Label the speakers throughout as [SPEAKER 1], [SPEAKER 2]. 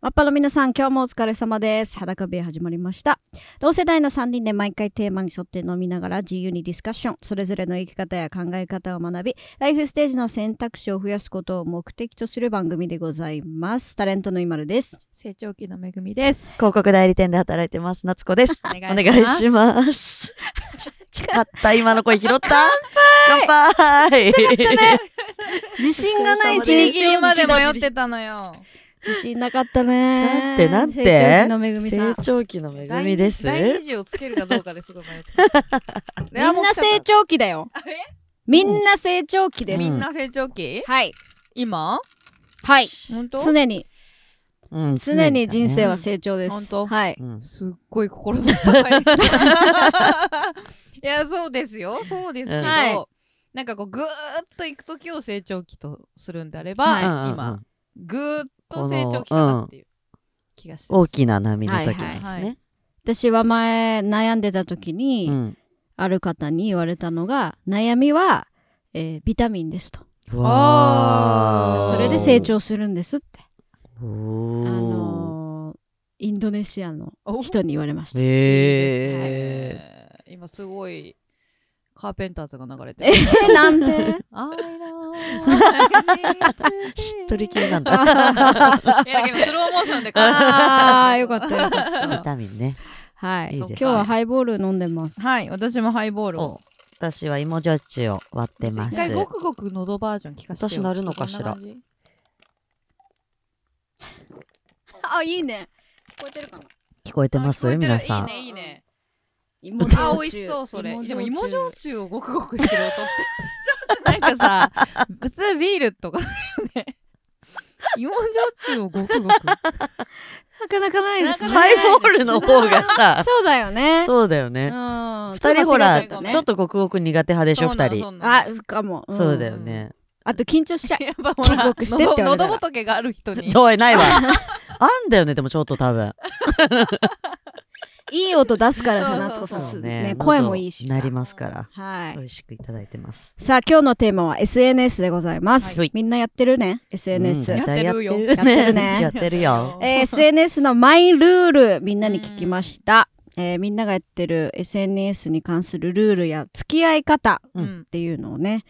[SPEAKER 1] マッパの皆さん、今日もお疲れ様です。裸部屋始まりました。同世代の3人で毎回テーマに沿って飲みながら自由にディスカッション、それぞれの生き方や考え方を学び、ライフステージの選択肢を増やすことを目的とする番組でございます。タレントの今るです。
[SPEAKER 2] 成長期のめぐみです。
[SPEAKER 3] 広告代理店で働いてます。夏子です。
[SPEAKER 2] お願
[SPEAKER 3] お願いします。ち近かった、今の声拾った乾杯
[SPEAKER 1] 自信がない
[SPEAKER 3] お疲れ様です
[SPEAKER 1] 成長期の
[SPEAKER 2] てたのよ。
[SPEAKER 1] 自信なかったね。
[SPEAKER 3] なんてなんて
[SPEAKER 1] 成長期のめぐみさ
[SPEAKER 3] 成
[SPEAKER 1] ん。
[SPEAKER 3] 長期のめぐみです。
[SPEAKER 2] 第二次をつけるかどうかですごい迷ってた。
[SPEAKER 1] みんな成長期だよ。みんな成長期で
[SPEAKER 3] うん
[SPEAKER 1] す。
[SPEAKER 2] みんな成長期
[SPEAKER 1] はい。
[SPEAKER 2] 今
[SPEAKER 1] はい。
[SPEAKER 2] 本当
[SPEAKER 1] 常に、
[SPEAKER 3] うん
[SPEAKER 1] 常に人生は
[SPEAKER 3] 常
[SPEAKER 1] 成長です。
[SPEAKER 2] 本当
[SPEAKER 1] はい。
[SPEAKER 3] にね
[SPEAKER 2] すっごい心の底が痛いいや、そうですよ。そうですけど、
[SPEAKER 3] うん
[SPEAKER 1] はい
[SPEAKER 2] なんかこう、ぐーっと行く時を成長期とするんであれば、
[SPEAKER 1] はい
[SPEAKER 3] うんうんう
[SPEAKER 2] 今
[SPEAKER 3] ん、
[SPEAKER 2] ぐーっと成長期かなっていう気がしてます
[SPEAKER 3] 大きな波の時です
[SPEAKER 2] はいは
[SPEAKER 3] ね
[SPEAKER 2] い。
[SPEAKER 1] 私は前、悩んでた時に、
[SPEAKER 3] うん
[SPEAKER 1] ある方に言われたのが、悩みは、えービタミンですと。
[SPEAKER 3] わ
[SPEAKER 2] おー
[SPEAKER 1] それで成。長するんですって。
[SPEAKER 3] お
[SPEAKER 1] あ
[SPEAKER 3] ー
[SPEAKER 1] のーインドネシアの
[SPEAKER 2] お
[SPEAKER 1] 人に言われました。
[SPEAKER 3] えー
[SPEAKER 2] えー今すごいカーペンターズが流れて
[SPEAKER 1] え
[SPEAKER 2] る。
[SPEAKER 1] ー、なん で
[SPEAKER 2] I know
[SPEAKER 3] しっとり系なんだ。
[SPEAKER 1] あ
[SPEAKER 2] いやでもスローモーションで
[SPEAKER 1] あ、よかったよかっ
[SPEAKER 3] ビ
[SPEAKER 1] た。
[SPEAKER 3] タミンね。
[SPEAKER 1] はい。
[SPEAKER 3] いい
[SPEAKER 1] 今
[SPEAKER 3] ですね
[SPEAKER 1] 日はハイボール飲んでます。
[SPEAKER 2] はい、私もハイボールを。
[SPEAKER 3] 私は芋焼酎を割ってま
[SPEAKER 2] 一
[SPEAKER 3] す。
[SPEAKER 2] 回ごくごく喉バージョン聞かせてよ。
[SPEAKER 3] 私なるのかしら
[SPEAKER 2] どんな感じ
[SPEAKER 1] あ、いいね。聞こえてるかな
[SPEAKER 3] 聞こえてま
[SPEAKER 2] あ聞こ
[SPEAKER 3] す
[SPEAKER 2] えてる
[SPEAKER 3] 皆さん。
[SPEAKER 2] いいね、いいね。
[SPEAKER 1] 芋
[SPEAKER 2] あ、美味しそう、それ。でも、芋焼
[SPEAKER 1] 酎
[SPEAKER 2] 酎をごくごくしてる音 って。なんかさ、普通ビールとかだよね。 芋焼酎をごくごく。
[SPEAKER 1] なかなかないですね。
[SPEAKER 2] なかな
[SPEAKER 3] ハイ
[SPEAKER 2] かない
[SPEAKER 3] ボールの方がさ、
[SPEAKER 1] そうだよね。
[SPEAKER 3] そうだよ
[SPEAKER 1] う
[SPEAKER 3] ね。
[SPEAKER 1] ん。
[SPEAKER 3] 二人ほら、
[SPEAKER 1] ちょっと間違えたね
[SPEAKER 3] ちょっとごくごく苦手派でしょ、
[SPEAKER 2] そうな
[SPEAKER 3] 二
[SPEAKER 2] のそ
[SPEAKER 3] 人。
[SPEAKER 2] うなの
[SPEAKER 1] あ、かも。ん
[SPEAKER 3] そうだよね。
[SPEAKER 1] あと緊張しちゃう。
[SPEAKER 2] やっぱほら、
[SPEAKER 1] ごくしてって言われたら
[SPEAKER 2] 喉喉仏がある人に。
[SPEAKER 3] おい、ないわ。あんだよね、でもちょっと多分。
[SPEAKER 1] いい音出すからさ、
[SPEAKER 2] そうそう
[SPEAKER 1] 夏子さん
[SPEAKER 2] そ
[SPEAKER 1] す
[SPEAKER 2] う
[SPEAKER 1] ね。声もいいし
[SPEAKER 3] 喉
[SPEAKER 1] さ
[SPEAKER 3] な。りますから。
[SPEAKER 1] はい
[SPEAKER 3] 美。味しくいただいてます。
[SPEAKER 1] さあ、今日のテーマは SNS でございます。
[SPEAKER 3] はい
[SPEAKER 1] みんなやってるね
[SPEAKER 3] うん
[SPEAKER 1] ?SNS
[SPEAKER 3] 絶。対
[SPEAKER 2] やってるよ
[SPEAKER 3] やってるね。
[SPEAKER 1] や
[SPEAKER 3] や
[SPEAKER 1] っ
[SPEAKER 3] って るよ。
[SPEAKER 1] えー SNS のマイルール、みんなに聞きました。えーみんながやってる SNS に関するルールや付き合い方
[SPEAKER 3] う
[SPEAKER 2] うん
[SPEAKER 1] っ。ていうのをね、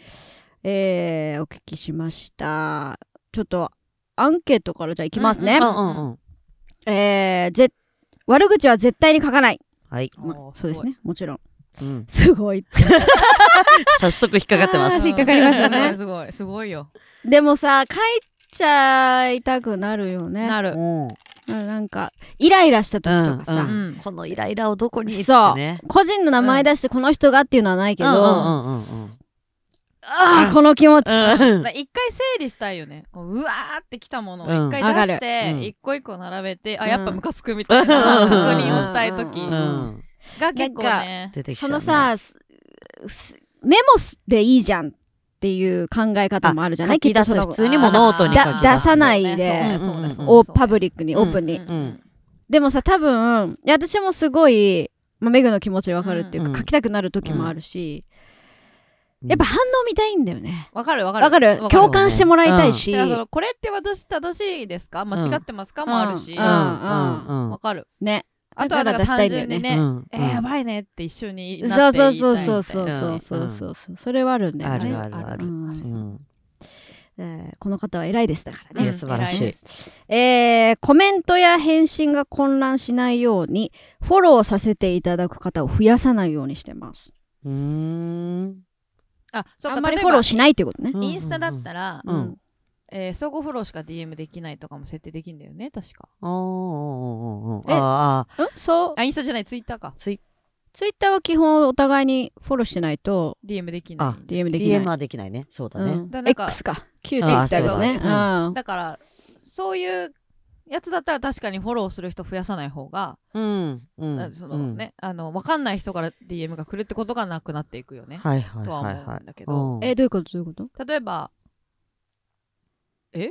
[SPEAKER 1] えーお聞きしました。ちょっとアンケートからじゃあいきますね。
[SPEAKER 3] うんうんうん。
[SPEAKER 1] えーぜ悪口は絶対に書かない。
[SPEAKER 3] はい。
[SPEAKER 1] まそうです。ね。もちろん。
[SPEAKER 3] うん
[SPEAKER 1] すごい。
[SPEAKER 3] 早速引っかかってま
[SPEAKER 1] あー
[SPEAKER 3] す
[SPEAKER 1] 引。っかかりましたね
[SPEAKER 2] すごい、すごいよ。
[SPEAKER 1] でもさ、書いちゃいたくなるよね。
[SPEAKER 2] な
[SPEAKER 3] う
[SPEAKER 2] る。
[SPEAKER 3] んうん
[SPEAKER 1] うんなんか、イライラした時とかさ、
[SPEAKER 3] うん
[SPEAKER 2] うん
[SPEAKER 3] このイライラをどこにって
[SPEAKER 1] そう
[SPEAKER 3] ね。
[SPEAKER 1] 個人の名前出してこの人がっていうのはないけど、
[SPEAKER 3] うん
[SPEAKER 1] あ
[SPEAKER 3] うんうんうん
[SPEAKER 1] あ、この気持ち。
[SPEAKER 3] うん
[SPEAKER 2] だから一回整理したいよね。こううわーってきたもの
[SPEAKER 3] う
[SPEAKER 2] を
[SPEAKER 3] ん
[SPEAKER 2] 一回出し
[SPEAKER 3] わかるうん
[SPEAKER 2] て、一個一個並べて、
[SPEAKER 1] う
[SPEAKER 2] あ、
[SPEAKER 1] ん
[SPEAKER 2] やっぱムカつくみたいな
[SPEAKER 3] うん
[SPEAKER 2] 確認をしたい時
[SPEAKER 1] う
[SPEAKER 3] うん。
[SPEAKER 2] が結構ね。
[SPEAKER 3] 出てき ちゃ
[SPEAKER 1] そう
[SPEAKER 3] ね
[SPEAKER 1] の、さ、すすメモすでいいじゃんっていう考え方もあるじゃない
[SPEAKER 3] 書き出す
[SPEAKER 1] きっとそ
[SPEAKER 3] 普
[SPEAKER 1] の
[SPEAKER 3] 通にもノートに書き
[SPEAKER 1] だ
[SPEAKER 3] 出す。
[SPEAKER 1] 出さないで
[SPEAKER 2] そうねそうね
[SPEAKER 1] オー
[SPEAKER 2] そうね
[SPEAKER 1] パブリックに、
[SPEAKER 3] うん
[SPEAKER 1] オープンに。
[SPEAKER 2] うん
[SPEAKER 3] うん
[SPEAKER 1] でもさ、多分、いや私もすごい、まあ、メグの気持ちわかるっていうか、
[SPEAKER 3] うん
[SPEAKER 1] 書きたくなる時もあるし、
[SPEAKER 3] うん
[SPEAKER 1] やっぱ反応見たいんだよね。
[SPEAKER 2] わかるわかる。
[SPEAKER 1] わかる共感してもらいたいし。
[SPEAKER 2] だからそのこれって私正しいですか間違ってますかもあるし
[SPEAKER 1] う。
[SPEAKER 3] うんんうんうん
[SPEAKER 2] わ。かる。
[SPEAKER 1] ね。
[SPEAKER 2] あとはなんか単純にね
[SPEAKER 3] う、ん
[SPEAKER 2] えーやばいねって一緒に
[SPEAKER 1] そう
[SPEAKER 2] なって
[SPEAKER 1] そう
[SPEAKER 2] 言い
[SPEAKER 1] そう
[SPEAKER 2] たい
[SPEAKER 1] そうそう
[SPEAKER 2] みたいな
[SPEAKER 1] そうそうそうそうそれはあるんだよ
[SPEAKER 3] あ
[SPEAKER 1] ね
[SPEAKER 3] るあるある
[SPEAKER 1] う。
[SPEAKER 3] うんん
[SPEAKER 1] えーこの方は偉いですだから
[SPEAKER 3] い
[SPEAKER 1] ね
[SPEAKER 3] や素晴らしい
[SPEAKER 2] 偉です
[SPEAKER 1] えーコメントや返信が混乱しないようにフォローさせていただく方を増やさないようにしてます
[SPEAKER 3] うーん。
[SPEAKER 2] あそうか
[SPEAKER 1] あんまり
[SPEAKER 2] 例
[SPEAKER 1] フ
[SPEAKER 2] えば
[SPEAKER 1] ォローしないってことね
[SPEAKER 3] うん
[SPEAKER 2] インスタだったら、
[SPEAKER 3] うんうん
[SPEAKER 2] えー相互フォローしか DM できないとかも設定できるんだよね確か
[SPEAKER 3] おーおーおーおー
[SPEAKER 1] え
[SPEAKER 3] あーあ
[SPEAKER 1] うんそう
[SPEAKER 2] あインスタじゃないツイッターか
[SPEAKER 3] ー、ツイ
[SPEAKER 1] ツイッターは基本お互いにフォローしてないと
[SPEAKER 2] DM できない
[SPEAKER 1] DM できない
[SPEAKER 3] DM はできないね。そうだ
[SPEAKER 1] う
[SPEAKER 3] ね。
[SPEAKER 1] ん
[SPEAKER 2] だからなんか
[SPEAKER 1] X か旧ツイッターですね
[SPEAKER 3] あそうだ
[SPEAKER 1] うん
[SPEAKER 2] だからそういうやつだったら確かにフォローする人増やさない方が、
[SPEAKER 3] うん。うん。
[SPEAKER 2] なそのね、あの分かんない人から DM が来るってことがなくなっていくよ
[SPEAKER 3] う
[SPEAKER 2] ね
[SPEAKER 3] ん。、はいはい
[SPEAKER 2] とは
[SPEAKER 3] は
[SPEAKER 2] 思
[SPEAKER 3] いは
[SPEAKER 2] う
[SPEAKER 3] い
[SPEAKER 2] ん。だけど、
[SPEAKER 3] うん
[SPEAKER 1] えどういうことどういうこと
[SPEAKER 2] 例えばえ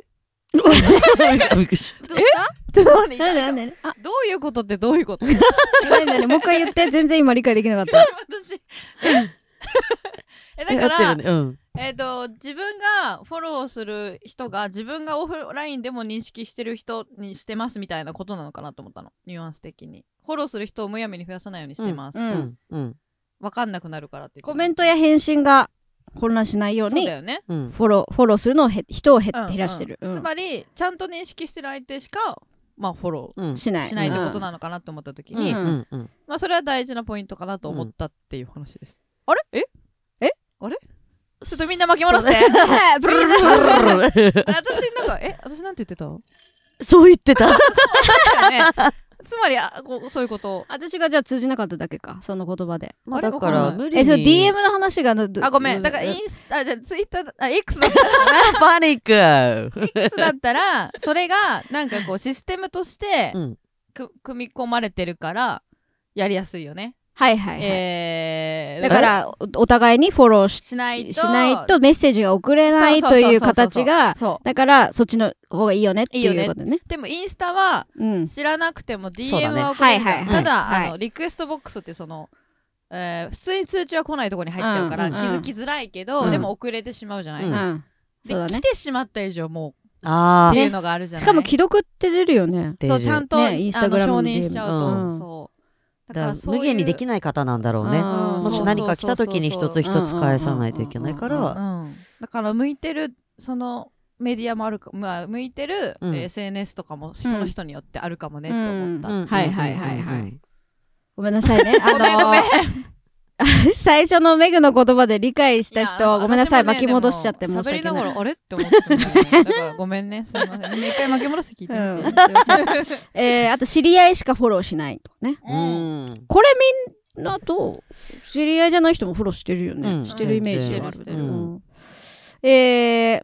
[SPEAKER 3] びっくりし
[SPEAKER 2] どうしたえ
[SPEAKER 1] 何
[SPEAKER 2] 何なんか
[SPEAKER 1] 何あ
[SPEAKER 2] どういうことってどういうこと
[SPEAKER 1] 何何もう一回言って全然今理解できなかった
[SPEAKER 2] 私ええだか
[SPEAKER 3] た。や
[SPEAKER 2] ら
[SPEAKER 3] ってるね。うん。
[SPEAKER 2] えっ、と自分がフォローする人が自分がオフラインでも認識してる人にしてますみたいなことなのかなと思ったのニュアンス的にフォローする人をむやみに増やさないようにしてます、
[SPEAKER 1] うん
[SPEAKER 3] うんうん
[SPEAKER 2] わかんなくなるからって
[SPEAKER 1] コメント
[SPEAKER 2] ト
[SPEAKER 1] や返信が混乱しないよう
[SPEAKER 2] そう
[SPEAKER 1] に
[SPEAKER 2] だよね、
[SPEAKER 3] うん
[SPEAKER 1] フォローフォローするのをへ人をへ
[SPEAKER 2] うん
[SPEAKER 1] 減らしてる、
[SPEAKER 2] うん
[SPEAKER 1] うん
[SPEAKER 2] つまりちゃんと認識してる相手しかまあフォロ
[SPEAKER 3] うん
[SPEAKER 1] しな
[SPEAKER 2] ー
[SPEAKER 1] い
[SPEAKER 2] しないってこと
[SPEAKER 1] うん
[SPEAKER 2] なのかなと思った時
[SPEAKER 3] う
[SPEAKER 2] に、
[SPEAKER 3] んうんうん
[SPEAKER 2] まあそれは大事なポイントかなと思ったっていう話です、あれえ
[SPEAKER 1] え
[SPEAKER 2] あれちょっとみんな巻き戻して
[SPEAKER 1] ブルルル
[SPEAKER 2] 私なんかえ私なんて言ってた
[SPEAKER 3] そう言ってた
[SPEAKER 2] だよねつまりあこうそういうこと
[SPEAKER 1] 私がじゃあ通じなかっただけかその言葉で
[SPEAKER 2] あ
[SPEAKER 3] まあ
[SPEAKER 2] れ
[SPEAKER 3] だか
[SPEAKER 2] わ
[SPEAKER 3] ら
[SPEAKER 2] かんな
[SPEAKER 3] 無理に
[SPEAKER 1] えそう DM の話がどど
[SPEAKER 2] あごめんだからインスタじゃあツイッターあ X だったら
[SPEAKER 3] パニック
[SPEAKER 2] X だっ たらそれがなんかこうシステムとして
[SPEAKER 3] うん
[SPEAKER 2] く組み込まれてるからやりやすいよね、
[SPEAKER 1] はいはいはい、
[SPEAKER 2] えー
[SPEAKER 1] だからおお互いにフォローし
[SPEAKER 2] しないと
[SPEAKER 1] しないとメッセージが送れない
[SPEAKER 2] そそ
[SPEAKER 1] と
[SPEAKER 2] そそ
[SPEAKER 1] いう形が
[SPEAKER 2] そ
[SPEAKER 1] だからそっちの方がいいよねっていうことね
[SPEAKER 2] うでもインスタは
[SPEAKER 1] うん
[SPEAKER 2] 知らなくても
[SPEAKER 3] そう
[SPEAKER 2] DM
[SPEAKER 3] だね
[SPEAKER 2] は送れるじ
[SPEAKER 1] はい
[SPEAKER 2] ゃ
[SPEAKER 1] はい
[SPEAKER 2] ん
[SPEAKER 3] は
[SPEAKER 2] た
[SPEAKER 3] い
[SPEAKER 2] だ、
[SPEAKER 1] はい
[SPEAKER 2] あのリクエストボックスってその、えー普通に通知は来ないところに入っちゃうから、
[SPEAKER 3] うん
[SPEAKER 2] 気づきづらいけど、
[SPEAKER 3] うん
[SPEAKER 2] でも遅れてしまうじゃない、
[SPEAKER 3] う
[SPEAKER 1] うんん
[SPEAKER 2] で、
[SPEAKER 1] そうだね
[SPEAKER 2] 来てしまった以上もう
[SPEAKER 3] あ
[SPEAKER 2] っ
[SPEAKER 3] あ
[SPEAKER 2] ていうのがあるじゃない
[SPEAKER 1] しかも既読って出るよね
[SPEAKER 2] そうちゃんと、
[SPEAKER 1] ねインスタグラム
[SPEAKER 2] あ
[SPEAKER 1] の
[SPEAKER 2] の承認しちゃうと、
[SPEAKER 3] DM
[SPEAKER 1] うん
[SPEAKER 2] そうだから
[SPEAKER 3] だ
[SPEAKER 2] そうい
[SPEAKER 3] 無
[SPEAKER 2] う
[SPEAKER 3] 限にできない方なんだろうね
[SPEAKER 1] あー
[SPEAKER 3] もし何か来た時に一つ
[SPEAKER 1] そうそう
[SPEAKER 3] 一
[SPEAKER 1] そう
[SPEAKER 3] つ
[SPEAKER 1] そう
[SPEAKER 3] 返さないといけないか
[SPEAKER 1] うんうん
[SPEAKER 2] う
[SPEAKER 3] ら
[SPEAKER 2] ん、だから向いてるそのメディアもあるか、まあ、向いてる、
[SPEAKER 3] うん
[SPEAKER 2] えー SNS とかもその人によってあるかもね、と思った、
[SPEAKER 1] うん
[SPEAKER 3] うん
[SPEAKER 1] はいはいはいはい
[SPEAKER 3] うん
[SPEAKER 1] ごめんなさいねあの
[SPEAKER 2] ごめんごめん
[SPEAKER 1] 最初のメグの言葉で理解した人はごめんなさい
[SPEAKER 2] や私
[SPEAKER 1] 巻
[SPEAKER 2] も
[SPEAKER 1] き
[SPEAKER 2] ね
[SPEAKER 1] 戻しちゃって
[SPEAKER 2] でも
[SPEAKER 1] 申し
[SPEAKER 2] 喋
[SPEAKER 1] 訳
[SPEAKER 2] りな
[SPEAKER 1] な
[SPEAKER 2] が
[SPEAKER 1] い
[SPEAKER 2] らあれって思ってた よねだからごめんねすみませんみんな一回巻き戻して聞いてみて、
[SPEAKER 1] えーあと知り合いしかフォローしないとかね
[SPEAKER 3] うん
[SPEAKER 1] これみんなと知り合いじゃない人もフォローしてるよね、
[SPEAKER 3] うん
[SPEAKER 1] してるイメージがある
[SPEAKER 2] して
[SPEAKER 3] るしてる
[SPEAKER 1] うんえー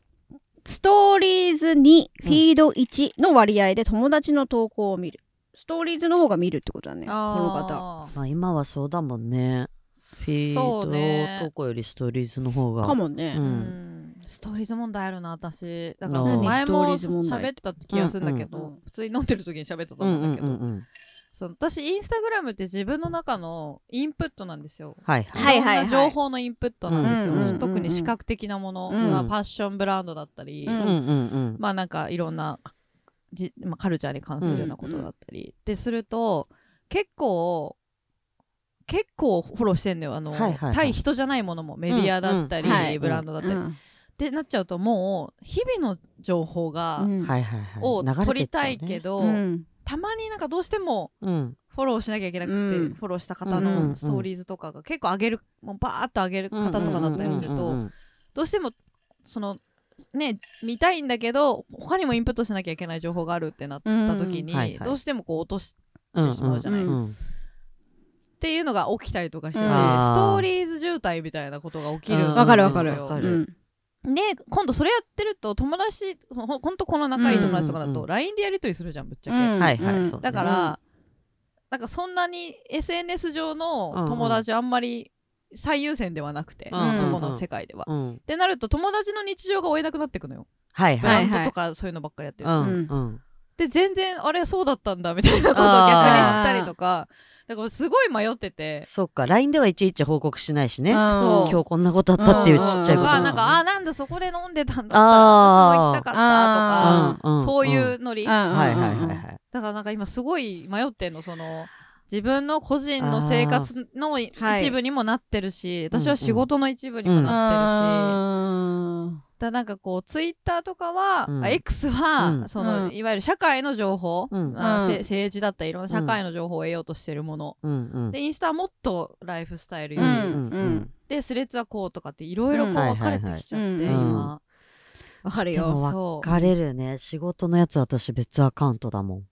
[SPEAKER 1] ストーリーズ2フィード1の割合で友達の投稿を見るストーリーズの方が見るってことだねこの方
[SPEAKER 2] あー
[SPEAKER 3] まあ今はそうだもんねフィ
[SPEAKER 2] そう
[SPEAKER 3] ード
[SPEAKER 2] ね
[SPEAKER 3] 投稿よりストーリーズの方が
[SPEAKER 1] かもね、
[SPEAKER 3] う
[SPEAKER 2] うんんストーリーズ問題あるな私だから
[SPEAKER 3] 何
[SPEAKER 2] 前
[SPEAKER 1] ストーリー
[SPEAKER 2] も
[SPEAKER 1] ズ問題
[SPEAKER 2] 喋った気がするんだけど、
[SPEAKER 1] うんうん
[SPEAKER 2] 普通に飲んでる時に喋ったと
[SPEAKER 3] う
[SPEAKER 2] 思うんん
[SPEAKER 3] う
[SPEAKER 2] だ
[SPEAKER 3] ん
[SPEAKER 2] け
[SPEAKER 3] う
[SPEAKER 2] ど、
[SPEAKER 3] んうん
[SPEAKER 2] その私インスタグラムって自分の中のインプットなんですよ
[SPEAKER 3] はい
[SPEAKER 1] はいいはいはい
[SPEAKER 2] ろんな情報のインプットなんですよ、
[SPEAKER 3] うんうんうんうん
[SPEAKER 2] 特に視覚的なもの、
[SPEAKER 1] うん
[SPEAKER 2] まあ、ファッションブランドだったり、
[SPEAKER 1] う
[SPEAKER 3] うんんうんうん
[SPEAKER 2] まあなんかいろんなかじ、まあ、カルチャーに関するようなことだったり、ですると結構結構フォローしてんのよあの、
[SPEAKER 3] はいはいはい
[SPEAKER 2] 対人じゃないものもメディアだったり、
[SPEAKER 1] うんうんはい
[SPEAKER 2] ブランドだったり、
[SPEAKER 1] う
[SPEAKER 2] っ
[SPEAKER 1] ん
[SPEAKER 2] てなっちゃうともう日々の情報が、
[SPEAKER 1] うん
[SPEAKER 3] はいはいはい
[SPEAKER 2] を
[SPEAKER 3] 流れてっちゃうね
[SPEAKER 2] 取りたいけど、
[SPEAKER 1] うん
[SPEAKER 2] たまになんかどうしても
[SPEAKER 3] うん
[SPEAKER 2] フォローしなきゃいけなくて、
[SPEAKER 1] うん
[SPEAKER 2] フォローした方
[SPEAKER 1] うんうんう
[SPEAKER 2] の
[SPEAKER 3] ん
[SPEAKER 2] ストーリーズとかが結構上げるもうバーッと上げる方とかだったりすると、
[SPEAKER 3] うんうんうん
[SPEAKER 2] どうしてもそのね見たいんだけど他にもインプットしなきゃいけない情報があるってなった時に、
[SPEAKER 3] うんはいはい
[SPEAKER 2] どうしてもこう落とし
[SPEAKER 3] うん
[SPEAKER 2] てしまうじゃない、
[SPEAKER 1] うん
[SPEAKER 2] っ
[SPEAKER 1] うん
[SPEAKER 2] ていうのが起きたりとかしてて、
[SPEAKER 1] うん
[SPEAKER 3] あ
[SPEAKER 2] ス
[SPEAKER 3] ー
[SPEAKER 2] トーリーズ渋滞みたいなことが起きるんです
[SPEAKER 3] うん
[SPEAKER 2] よ
[SPEAKER 1] わかるわかる
[SPEAKER 3] わか
[SPEAKER 1] う
[SPEAKER 3] る
[SPEAKER 1] ん
[SPEAKER 2] で今度それやってると友達ほほんとこの仲いい友達とかだ
[SPEAKER 3] うんうん
[SPEAKER 2] と
[SPEAKER 3] うん
[SPEAKER 2] LINE でやり取りするじゃんぶっちゃけ、
[SPEAKER 1] うん
[SPEAKER 3] はいはい
[SPEAKER 1] うん
[SPEAKER 3] そう
[SPEAKER 2] だか
[SPEAKER 1] うん
[SPEAKER 2] ら、なんかそんなに SNS 上の友達あんまり最優先ではなくて、
[SPEAKER 1] うん
[SPEAKER 2] そこの世界では。っ
[SPEAKER 3] うん
[SPEAKER 2] てなると友達の日常が追えなくなってくのよ。
[SPEAKER 3] はい
[SPEAKER 2] ブ
[SPEAKER 3] は
[SPEAKER 2] ラ
[SPEAKER 3] い
[SPEAKER 2] ンドとかそういうのばっかりやってる
[SPEAKER 3] う
[SPEAKER 2] と。
[SPEAKER 3] んうん
[SPEAKER 2] で全然あれそうだったんだみたいなことを逆に知ったりとかだからすごい迷ってて。
[SPEAKER 3] そっか LINE ではいちいち報告しないしね
[SPEAKER 1] うん
[SPEAKER 2] そう
[SPEAKER 3] 今日こんなことあったっていうちっちゃ
[SPEAKER 2] と
[SPEAKER 3] いこと
[SPEAKER 2] か
[SPEAKER 1] うん
[SPEAKER 2] なんかあーなんだそこで飲んでたんだった
[SPEAKER 3] あー
[SPEAKER 2] 私も行きたかった
[SPEAKER 1] あ
[SPEAKER 2] とかそういうノリ
[SPEAKER 1] うん
[SPEAKER 2] だか
[SPEAKER 3] はいはいはいはい
[SPEAKER 2] らなんか今すごい迷ってんのその自分の個人の生活のい
[SPEAKER 1] はい
[SPEAKER 2] 一部にもなってるし
[SPEAKER 3] うんうん
[SPEAKER 2] 私は仕事の一部にも
[SPEAKER 1] うん
[SPEAKER 2] なってるし
[SPEAKER 1] あ
[SPEAKER 2] だからなんかこうツイッターとかは
[SPEAKER 3] うん
[SPEAKER 2] あ X は
[SPEAKER 3] うん
[SPEAKER 2] その
[SPEAKER 1] うん
[SPEAKER 2] いわゆる社会の情報
[SPEAKER 3] うん
[SPEAKER 2] あ
[SPEAKER 1] うん
[SPEAKER 2] せ政治だったりいろんな社会の情報を得ようとしてるもの
[SPEAKER 3] うんうん
[SPEAKER 2] でインスタはもっとライフスタイル
[SPEAKER 1] ー
[SPEAKER 2] よ
[SPEAKER 3] う
[SPEAKER 1] うん
[SPEAKER 2] り、
[SPEAKER 3] んう
[SPEAKER 1] うんん
[SPEAKER 2] でスレッズはこうとかっていろいろこう
[SPEAKER 1] うん
[SPEAKER 2] 分かれてきちゃって、
[SPEAKER 1] はいはいはい
[SPEAKER 2] 今、
[SPEAKER 1] ーわかる
[SPEAKER 3] で
[SPEAKER 1] よ
[SPEAKER 3] も
[SPEAKER 2] そ
[SPEAKER 3] 分かれるね仕事のやつ私別アカウントだもん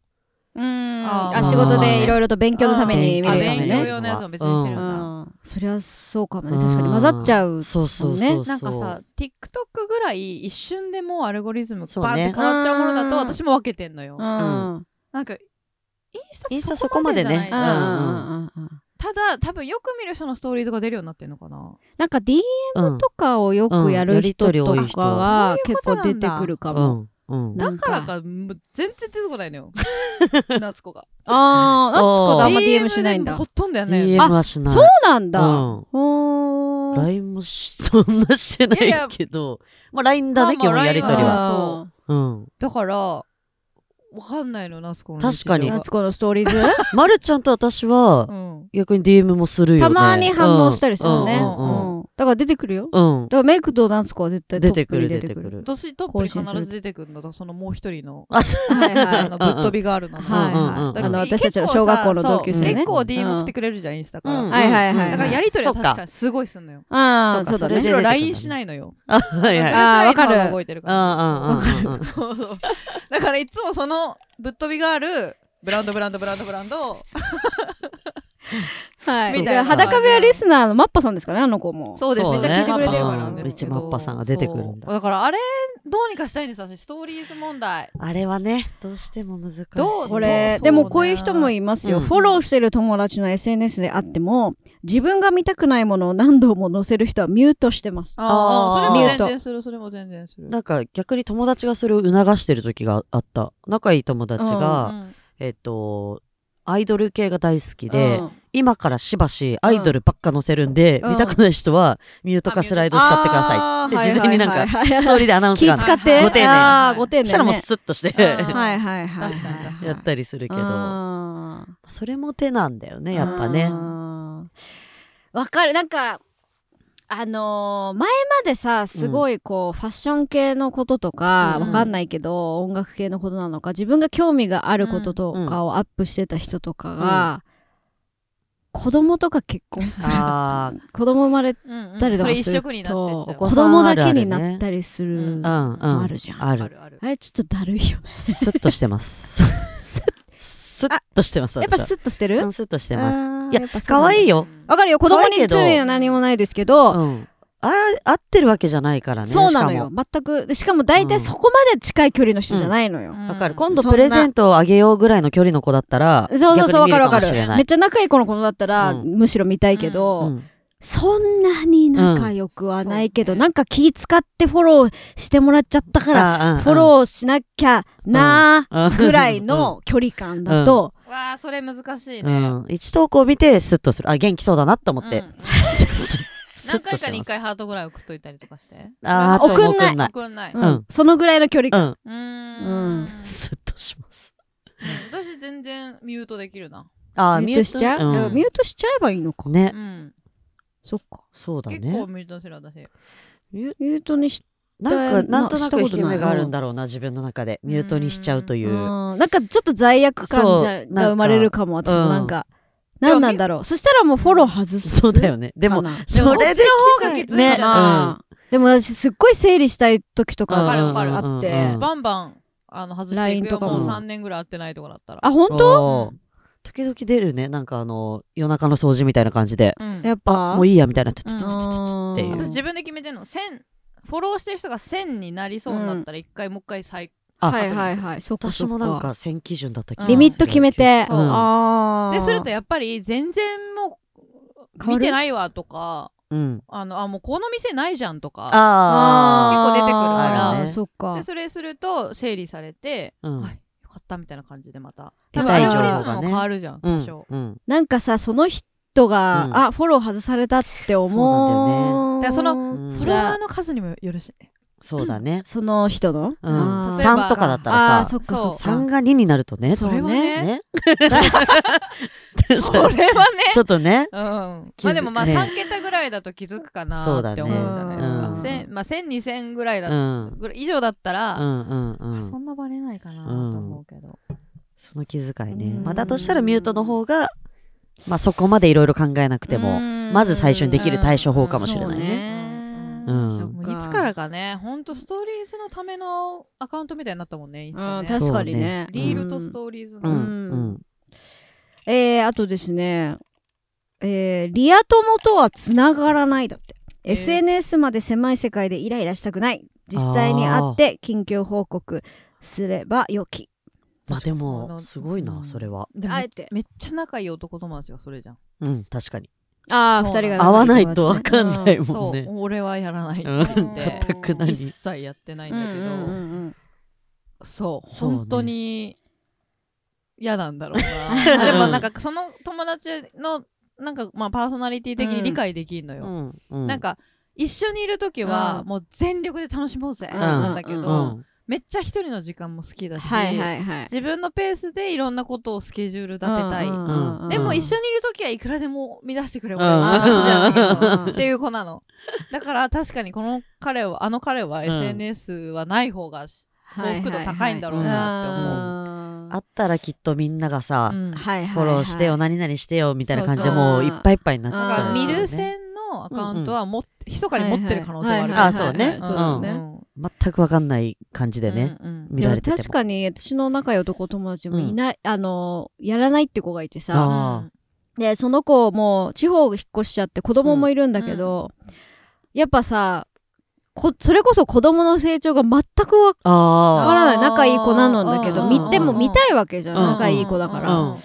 [SPEAKER 1] うん
[SPEAKER 2] あー
[SPEAKER 1] あ仕事でいろいろと勉強のために見
[SPEAKER 2] あ
[SPEAKER 1] るやつ
[SPEAKER 2] 勉強
[SPEAKER 1] ね
[SPEAKER 2] 用のやつも別にしてるん
[SPEAKER 1] う
[SPEAKER 2] だ、
[SPEAKER 1] んそりゃそうかもね確かに混ざっちゃう
[SPEAKER 3] そうそうそうそう
[SPEAKER 2] なんかさ TikTok ぐらい一瞬でもうアルゴリズムバ
[SPEAKER 3] そ
[SPEAKER 2] ー
[SPEAKER 3] う
[SPEAKER 2] っ
[SPEAKER 3] ね
[SPEAKER 2] て変わっちゃうものだと
[SPEAKER 1] うん
[SPEAKER 2] 私も分けてんのよ、
[SPEAKER 1] うん
[SPEAKER 2] なんかインスタ
[SPEAKER 3] インスタ
[SPEAKER 2] そこまでじゃ
[SPEAKER 3] そこま
[SPEAKER 2] ない
[SPEAKER 3] でね
[SPEAKER 2] じ
[SPEAKER 1] う
[SPEAKER 2] ゃん
[SPEAKER 1] ん
[SPEAKER 3] うん
[SPEAKER 1] うんうんうん
[SPEAKER 2] ただ多分よく見る人のストーリーズが出るようになってんのかな
[SPEAKER 1] なんか DM
[SPEAKER 3] うん
[SPEAKER 1] とかをよくや
[SPEAKER 3] うんや
[SPEAKER 1] る
[SPEAKER 3] り
[SPEAKER 1] 人
[SPEAKER 3] とり
[SPEAKER 1] と
[SPEAKER 3] 多い人
[SPEAKER 1] かが結構出てくるか
[SPEAKER 3] う
[SPEAKER 1] も。
[SPEAKER 3] んうん
[SPEAKER 2] だから
[SPEAKER 1] なんか
[SPEAKER 2] かもう全然出てこないのよ夏子が
[SPEAKER 1] ああ、
[SPEAKER 3] あー
[SPEAKER 1] 夏子とあんま DM
[SPEAKER 2] DM
[SPEAKER 1] しないんだ。
[SPEAKER 2] でもほとんどやんないよね
[SPEAKER 3] DM はしない
[SPEAKER 1] そうなんだ。
[SPEAKER 3] うん
[SPEAKER 1] ほーおー
[SPEAKER 3] LINE もしそんなしてない
[SPEAKER 2] いやいや
[SPEAKER 3] けど、まあ LINE だね、
[SPEAKER 2] まあ
[SPEAKER 3] 基
[SPEAKER 2] まあ
[SPEAKER 3] 本やりとり
[SPEAKER 2] ライン
[SPEAKER 3] は。
[SPEAKER 2] は
[SPEAKER 1] あ
[SPEAKER 3] うん。
[SPEAKER 2] だからわかんないのナスコの
[SPEAKER 3] 確か
[SPEAKER 1] ー
[SPEAKER 3] に
[SPEAKER 2] 日常が
[SPEAKER 1] 夏子のストーリ ーズ
[SPEAKER 3] まるちゃんと私
[SPEAKER 2] う
[SPEAKER 3] は、
[SPEAKER 2] ん
[SPEAKER 3] 逆に DM もするよね。
[SPEAKER 1] たまに反応したりするね。
[SPEAKER 3] う
[SPEAKER 1] うん
[SPEAKER 3] うんう
[SPEAKER 1] ん
[SPEAKER 3] ん
[SPEAKER 1] だから出てくるよ。
[SPEAKER 3] うん。
[SPEAKER 1] だからメイクと夏子は絶対ト
[SPEAKER 3] 出
[SPEAKER 1] ッ
[SPEAKER 3] て
[SPEAKER 1] プ
[SPEAKER 3] く
[SPEAKER 1] に
[SPEAKER 3] る
[SPEAKER 1] 出
[SPEAKER 3] 出
[SPEAKER 1] て
[SPEAKER 3] て
[SPEAKER 1] く
[SPEAKER 3] く
[SPEAKER 1] る。
[SPEAKER 3] る。
[SPEAKER 2] 私トップに必ず出てくるのとそのもう一人の
[SPEAKER 3] あ、
[SPEAKER 1] はいは
[SPEAKER 2] あ
[SPEAKER 1] い
[SPEAKER 2] のぶっ飛びガールなの
[SPEAKER 1] はい
[SPEAKER 3] うんうんう
[SPEAKER 1] はい。
[SPEAKER 3] ん
[SPEAKER 2] だ
[SPEAKER 1] あ
[SPEAKER 2] か
[SPEAKER 1] の
[SPEAKER 2] ら
[SPEAKER 1] 私たちの
[SPEAKER 2] 結
[SPEAKER 1] 小
[SPEAKER 2] 構さ
[SPEAKER 1] 学校の同級生
[SPEAKER 2] そう
[SPEAKER 1] ね。
[SPEAKER 2] 結構 DM
[SPEAKER 1] うん
[SPEAKER 2] 送ってくれるじゃんインスタか
[SPEAKER 3] う
[SPEAKER 2] ら、
[SPEAKER 3] ん
[SPEAKER 1] はいはいはい
[SPEAKER 2] だからやりとりは
[SPEAKER 3] そっ
[SPEAKER 2] 確
[SPEAKER 3] か
[SPEAKER 2] かにすごいすんのよ
[SPEAKER 1] ああ、
[SPEAKER 3] そ
[SPEAKER 1] そうだ
[SPEAKER 3] うかそれ
[SPEAKER 2] むし
[SPEAKER 1] ね。
[SPEAKER 2] ろ LINE しないのよ
[SPEAKER 3] あ、はいはい。
[SPEAKER 1] あーわかる
[SPEAKER 2] それくらい顔が動いてるから
[SPEAKER 3] あーあーあーあー
[SPEAKER 2] そうそう だからいつもそのぶっ飛びガールブランドブランドブランドブランド
[SPEAKER 1] は
[SPEAKER 2] み
[SPEAKER 1] い。
[SPEAKER 2] たいな
[SPEAKER 1] 裸部屋リスナーのマッパさんですからね、あの子も。
[SPEAKER 2] そうです
[SPEAKER 3] そう
[SPEAKER 2] め
[SPEAKER 3] ね
[SPEAKER 2] っちゃ聞いてくれてるか
[SPEAKER 3] マ
[SPEAKER 2] ら
[SPEAKER 3] ッパさ
[SPEAKER 2] なんんですけど
[SPEAKER 3] うちマッパさんが出てくるんだ
[SPEAKER 2] そうだからあれどうにかしたいんです私ストーリーズ問題
[SPEAKER 3] あれはね、どうしても難しい。
[SPEAKER 2] どう
[SPEAKER 1] こ
[SPEAKER 2] そう
[SPEAKER 1] れ
[SPEAKER 2] ね
[SPEAKER 1] でもこういう人もいますよ、
[SPEAKER 3] うん
[SPEAKER 1] フォローしてる友達の SNS であっても自分が見たくないものを何度も載せる人はミュートしてます
[SPEAKER 2] あ
[SPEAKER 3] あー
[SPEAKER 2] あそれも全然するそれも全然する
[SPEAKER 3] なんか逆に友達がそれを促してる時があった。仲いい友達が、
[SPEAKER 2] うん
[SPEAKER 3] えっと、アイドル系が大好きで、
[SPEAKER 1] うん
[SPEAKER 3] 今からしばしアイドルばっか載せるんで、
[SPEAKER 1] うん
[SPEAKER 3] 見たくない人はミュートかスライドしちゃってくださ
[SPEAKER 1] あー
[SPEAKER 3] で
[SPEAKER 1] はい
[SPEAKER 3] 事前になんか
[SPEAKER 1] はいはいはい
[SPEAKER 3] い。ストーリーでアナウンス
[SPEAKER 1] 気
[SPEAKER 3] が
[SPEAKER 2] い
[SPEAKER 3] あ
[SPEAKER 1] 使って
[SPEAKER 3] ご丁寧に
[SPEAKER 1] あーご丁寧
[SPEAKER 3] る。
[SPEAKER 1] にね
[SPEAKER 3] したらもうスッとして、
[SPEAKER 2] うん
[SPEAKER 1] はいはいはい
[SPEAKER 2] 確かに確かに
[SPEAKER 3] やったりするけど、
[SPEAKER 1] あー
[SPEAKER 3] それも手なんだよね、やっぱね。
[SPEAKER 1] あーわかるなんかあのー前までさすごいこう、ファッション系のこととか
[SPEAKER 3] うん
[SPEAKER 1] わかんないけど、音楽系のことなのか自分が興味があることとかをアップしてた人とかが、子供とか結婚する
[SPEAKER 3] あ
[SPEAKER 1] 子供生まれ
[SPEAKER 2] うんうん
[SPEAKER 1] たりと
[SPEAKER 2] そ
[SPEAKER 1] か
[SPEAKER 2] れ
[SPEAKER 1] す
[SPEAKER 2] 一
[SPEAKER 1] る
[SPEAKER 2] 色になってっ
[SPEAKER 1] と
[SPEAKER 2] ちゃう
[SPEAKER 1] 子供だけに
[SPEAKER 3] お子さんあるあるね
[SPEAKER 1] なったりする
[SPEAKER 2] うん
[SPEAKER 3] あ、うんうん。
[SPEAKER 1] のあるじゃん、
[SPEAKER 3] あ
[SPEAKER 2] あ
[SPEAKER 3] る。
[SPEAKER 2] るある
[SPEAKER 1] あれちょっとだるいよね
[SPEAKER 3] スッとしてます。スッとしてます、
[SPEAKER 1] やっぱ
[SPEAKER 3] 私は
[SPEAKER 1] スッとしてる
[SPEAKER 3] うんスッとしてます。
[SPEAKER 1] あー
[SPEAKER 3] いや
[SPEAKER 1] っぱそうなんだ
[SPEAKER 3] 可愛いよ。
[SPEAKER 1] わかるよ子供に
[SPEAKER 3] 可愛いけ
[SPEAKER 1] 失
[SPEAKER 3] ど
[SPEAKER 1] 礼は何もないですけど、
[SPEAKER 3] うん。あ、合ってるわけじゃないからね。
[SPEAKER 1] そうなの
[SPEAKER 3] しか
[SPEAKER 1] よ
[SPEAKER 3] も。
[SPEAKER 1] 全くでしかも大体そこまで近い距離の人じゃないのよ、
[SPEAKER 2] うん
[SPEAKER 3] わかる。今度プレゼントをあげようぐらいの距離の子だったら、
[SPEAKER 1] そうそうそうわか
[SPEAKER 3] 逆に見
[SPEAKER 1] る
[SPEAKER 3] る
[SPEAKER 1] わか
[SPEAKER 3] も
[SPEAKER 1] る
[SPEAKER 3] しれな
[SPEAKER 1] めっ
[SPEAKER 3] い。
[SPEAKER 1] ちゃ仲いい子の子だったら、
[SPEAKER 3] うん
[SPEAKER 1] むしろ見たいけど、
[SPEAKER 3] うん
[SPEAKER 1] そんなに仲良くはないけど、
[SPEAKER 2] うん
[SPEAKER 1] なんか気使ってフォローしてもらっちゃったからフォ
[SPEAKER 3] ー
[SPEAKER 1] ローしなきゃな
[SPEAKER 3] あ
[SPEAKER 1] ーぐらいの距離感だと、
[SPEAKER 2] わあそれ難しい
[SPEAKER 3] うん
[SPEAKER 2] ね、
[SPEAKER 3] うん一投稿見てスッとするあ元気そうだなと思って、
[SPEAKER 2] うん
[SPEAKER 3] スッ
[SPEAKER 2] 何回かに1回
[SPEAKER 3] スッとします
[SPEAKER 2] ハートぐらい送っといたりとかして
[SPEAKER 3] あーあと
[SPEAKER 1] 送んない
[SPEAKER 3] 送んない
[SPEAKER 2] 送んない
[SPEAKER 1] うん
[SPEAKER 2] う
[SPEAKER 3] うん
[SPEAKER 1] そのぐらいの距離
[SPEAKER 3] う
[SPEAKER 1] 感、
[SPEAKER 3] ん
[SPEAKER 2] ーん
[SPEAKER 1] うん
[SPEAKER 2] ん
[SPEAKER 3] スッとします
[SPEAKER 2] 私全然ミュートできるな
[SPEAKER 3] あー
[SPEAKER 1] ミュートしちゃう、
[SPEAKER 3] ん
[SPEAKER 1] ミュートしちゃえばいいのか、
[SPEAKER 2] う
[SPEAKER 3] ね
[SPEAKER 2] ん
[SPEAKER 1] そっか
[SPEAKER 3] そうだ
[SPEAKER 2] 結構
[SPEAKER 3] ね
[SPEAKER 2] ミュートしてる私
[SPEAKER 3] ミュ
[SPEAKER 1] ミュートにし
[SPEAKER 3] なんかなんとな
[SPEAKER 1] したこ
[SPEAKER 3] く引
[SPEAKER 1] と
[SPEAKER 3] き
[SPEAKER 1] ない
[SPEAKER 3] 目があるんだろうな自分の中でミュートにしちゃうという
[SPEAKER 1] うんなんかちょっと罪悪感じゃ
[SPEAKER 3] そうなんか
[SPEAKER 1] が生まれるかも私もなんか、
[SPEAKER 2] ん
[SPEAKER 1] なんなんだろうそしたらもうフォロー外す
[SPEAKER 3] そうだよねで
[SPEAKER 1] か
[SPEAKER 3] も
[SPEAKER 1] な
[SPEAKER 3] それで
[SPEAKER 2] そっちの方がきついん
[SPEAKER 3] ね
[SPEAKER 2] じゃ
[SPEAKER 1] なあでも私すっごい整理したい時と
[SPEAKER 3] うん
[SPEAKER 1] か
[SPEAKER 2] るわ
[SPEAKER 1] あ
[SPEAKER 2] かる
[SPEAKER 1] っ
[SPEAKER 3] うんうんうん
[SPEAKER 1] て
[SPEAKER 2] バンバンあの外してい
[SPEAKER 1] LINE
[SPEAKER 2] く
[SPEAKER 1] と
[SPEAKER 2] よ
[SPEAKER 1] かも
[SPEAKER 2] もう3年ぐらい会ってないとかだったら
[SPEAKER 1] あ本当
[SPEAKER 3] おー時々出るねなんかあの夜中の掃除みたいな感じで
[SPEAKER 2] うん
[SPEAKER 1] やっぱ
[SPEAKER 3] もういいやみたいな
[SPEAKER 2] うん
[SPEAKER 1] うーん
[SPEAKER 3] っていう
[SPEAKER 2] 私自分で決めてるの1000フォローしてる人が1000になりそうになったら一回もう一回再
[SPEAKER 3] あ
[SPEAKER 1] はいはいはいそっか
[SPEAKER 3] 私
[SPEAKER 1] そっ
[SPEAKER 3] もなんか線基準だった気がする
[SPEAKER 1] リミット決めて、
[SPEAKER 2] そう
[SPEAKER 1] ああ
[SPEAKER 2] でするとやっぱり全然もう
[SPEAKER 1] 変わ
[SPEAKER 2] 見
[SPEAKER 1] る
[SPEAKER 2] てないわとか
[SPEAKER 3] うん
[SPEAKER 2] あのあもうこの店ないじゃんとか
[SPEAKER 3] あ
[SPEAKER 2] 結構出てくるから
[SPEAKER 1] あー
[SPEAKER 3] あるね
[SPEAKER 1] そっか
[SPEAKER 2] でそれすると整理されて、
[SPEAKER 3] あうん
[SPEAKER 2] はいよかったみたいな感じでまた多
[SPEAKER 3] 得
[SPEAKER 2] 分
[SPEAKER 1] た
[SPEAKER 2] ア
[SPEAKER 1] い
[SPEAKER 2] ル
[SPEAKER 1] 情報
[SPEAKER 2] ゴ
[SPEAKER 1] がね
[SPEAKER 2] リズムも変わるじゃん、
[SPEAKER 3] う
[SPEAKER 2] 多
[SPEAKER 3] ん
[SPEAKER 2] 少
[SPEAKER 3] うん
[SPEAKER 1] なんかさその人が、
[SPEAKER 3] うん
[SPEAKER 1] あフォロー外されたって思う
[SPEAKER 3] そう
[SPEAKER 2] なんだよねだからその
[SPEAKER 3] うん
[SPEAKER 2] フ
[SPEAKER 1] じ
[SPEAKER 2] ォロ
[SPEAKER 1] ゃ
[SPEAKER 2] ワ
[SPEAKER 1] あ
[SPEAKER 2] ーの数にもよるしね
[SPEAKER 3] そうだね
[SPEAKER 1] その人の、
[SPEAKER 3] うん
[SPEAKER 1] あー
[SPEAKER 2] 例えば
[SPEAKER 3] 3とかだった
[SPEAKER 1] あー
[SPEAKER 3] ら
[SPEAKER 1] そ
[SPEAKER 3] さ
[SPEAKER 1] っかそっか
[SPEAKER 3] 3が2になるとね
[SPEAKER 1] そう
[SPEAKER 2] それはね
[SPEAKER 3] ね
[SPEAKER 2] それはね
[SPEAKER 3] ちょっとね
[SPEAKER 2] うん、ま
[SPEAKER 3] 気づ
[SPEAKER 2] あでもまあ
[SPEAKER 3] ね
[SPEAKER 2] 3桁ぐらいだと気づくかな
[SPEAKER 3] そうだね
[SPEAKER 2] って思うじゃないです
[SPEAKER 3] うん
[SPEAKER 2] か、千まあ、10002000ぐらいうだ、
[SPEAKER 3] ん
[SPEAKER 2] ぐらい以上だった
[SPEAKER 3] う
[SPEAKER 2] ら、
[SPEAKER 3] んうんう
[SPEAKER 2] あそ
[SPEAKER 3] ん
[SPEAKER 2] んなバレないかなと
[SPEAKER 3] うん
[SPEAKER 2] 思うけど、
[SPEAKER 3] その気遣いね
[SPEAKER 1] うん
[SPEAKER 3] まあだとしたらミュートの方がまあそこまでいろいろ考えなくてもまず最初にできる対処法かもしれないね
[SPEAKER 1] そううんそっ
[SPEAKER 2] もういつからかねほんとストーリーズのためのアカウントみたいになったもんねインスタ
[SPEAKER 1] あ
[SPEAKER 2] ね
[SPEAKER 1] ー確かに
[SPEAKER 3] そ
[SPEAKER 1] ね
[SPEAKER 3] うね
[SPEAKER 2] リールとストーリーズ
[SPEAKER 3] う
[SPEAKER 2] の、
[SPEAKER 3] んうん
[SPEAKER 1] えー、あとですね、えー、リア友とはつながらないだって、
[SPEAKER 2] えー
[SPEAKER 1] SNS まで狭い世界でイライラしたくない実際に会って近況報告すれば良き
[SPEAKER 3] まあで
[SPEAKER 2] あ
[SPEAKER 3] も
[SPEAKER 2] の
[SPEAKER 3] すごいうなんそれは
[SPEAKER 2] でも
[SPEAKER 1] あえて
[SPEAKER 2] めっちゃ仲いい男友達がそれじゃん、
[SPEAKER 3] うん確かに
[SPEAKER 1] ああ
[SPEAKER 2] そ
[SPEAKER 1] 二人が
[SPEAKER 2] うなんだ
[SPEAKER 3] 合わないとわかんな
[SPEAKER 1] う
[SPEAKER 3] いもん
[SPEAKER 2] そう
[SPEAKER 3] ね
[SPEAKER 2] 俺はやらないって
[SPEAKER 3] う
[SPEAKER 2] 言っ
[SPEAKER 3] ん
[SPEAKER 2] て
[SPEAKER 3] 固くなり
[SPEAKER 2] 一切やってないん
[SPEAKER 1] ん
[SPEAKER 2] だけど、
[SPEAKER 1] うんうんうん
[SPEAKER 2] そう
[SPEAKER 3] そうね
[SPEAKER 2] 本当に嫌なんだろう
[SPEAKER 3] う
[SPEAKER 2] な。
[SPEAKER 3] ん
[SPEAKER 2] でもなんかその友達のなんかまあパーソナリティ的に理解できるのよ、
[SPEAKER 3] んうん
[SPEAKER 2] なんか一緒にいる時は
[SPEAKER 1] うん
[SPEAKER 2] もう全力で楽しもうぜ、
[SPEAKER 1] うん
[SPEAKER 2] なんだけど、
[SPEAKER 1] う
[SPEAKER 3] うん
[SPEAKER 2] めっちゃ一人の時間も好きだし、
[SPEAKER 1] はいはいはい。
[SPEAKER 2] 自分のペースでいろんなことをスケジュール立てたい、
[SPEAKER 1] うんうんうん
[SPEAKER 2] でも一緒にいる時はいくらでも乱してくれ俺は
[SPEAKER 3] うん
[SPEAKER 2] 感 じやねんけ
[SPEAKER 1] うん
[SPEAKER 2] どっていう子なのだから確かにこの彼はあの彼は SNS はない方がし幸福度高いんだろう
[SPEAKER 1] な
[SPEAKER 3] あったらきっとみんながさ、
[SPEAKER 2] うん
[SPEAKER 1] って思う。はいはいはい。
[SPEAKER 3] フォローしてよ、何々してよみたいな感じで
[SPEAKER 1] そうそう
[SPEAKER 3] もういっぱいいっぱいにな
[SPEAKER 2] だ
[SPEAKER 3] っち
[SPEAKER 2] から
[SPEAKER 3] ゃう、
[SPEAKER 1] うん
[SPEAKER 2] 見
[SPEAKER 1] 見
[SPEAKER 2] る線のアカウントはもっ密かに持ってる可能性はある、
[SPEAKER 1] はいはいはいはい
[SPEAKER 3] あそうね
[SPEAKER 2] はいはいはい
[SPEAKER 3] 全くわかんない感じでね、
[SPEAKER 2] うんうん
[SPEAKER 3] 見られてて
[SPEAKER 1] で
[SPEAKER 3] も
[SPEAKER 1] も確かに私の仲良い男友達もいない、あのやらないって子がいてさ
[SPEAKER 3] あ
[SPEAKER 1] でその子も地方引っ越しちゃって子供もいるんだけど、やっぱさこそれこそ子供の成長が全くわわか
[SPEAKER 3] あ
[SPEAKER 1] らない仲いい子なのんだけ
[SPEAKER 3] う
[SPEAKER 1] ど
[SPEAKER 3] んうんうん
[SPEAKER 1] 見ても見たいわけじゃん
[SPEAKER 3] うん
[SPEAKER 1] 仲いい子だからだ
[SPEAKER 3] うん
[SPEAKER 1] か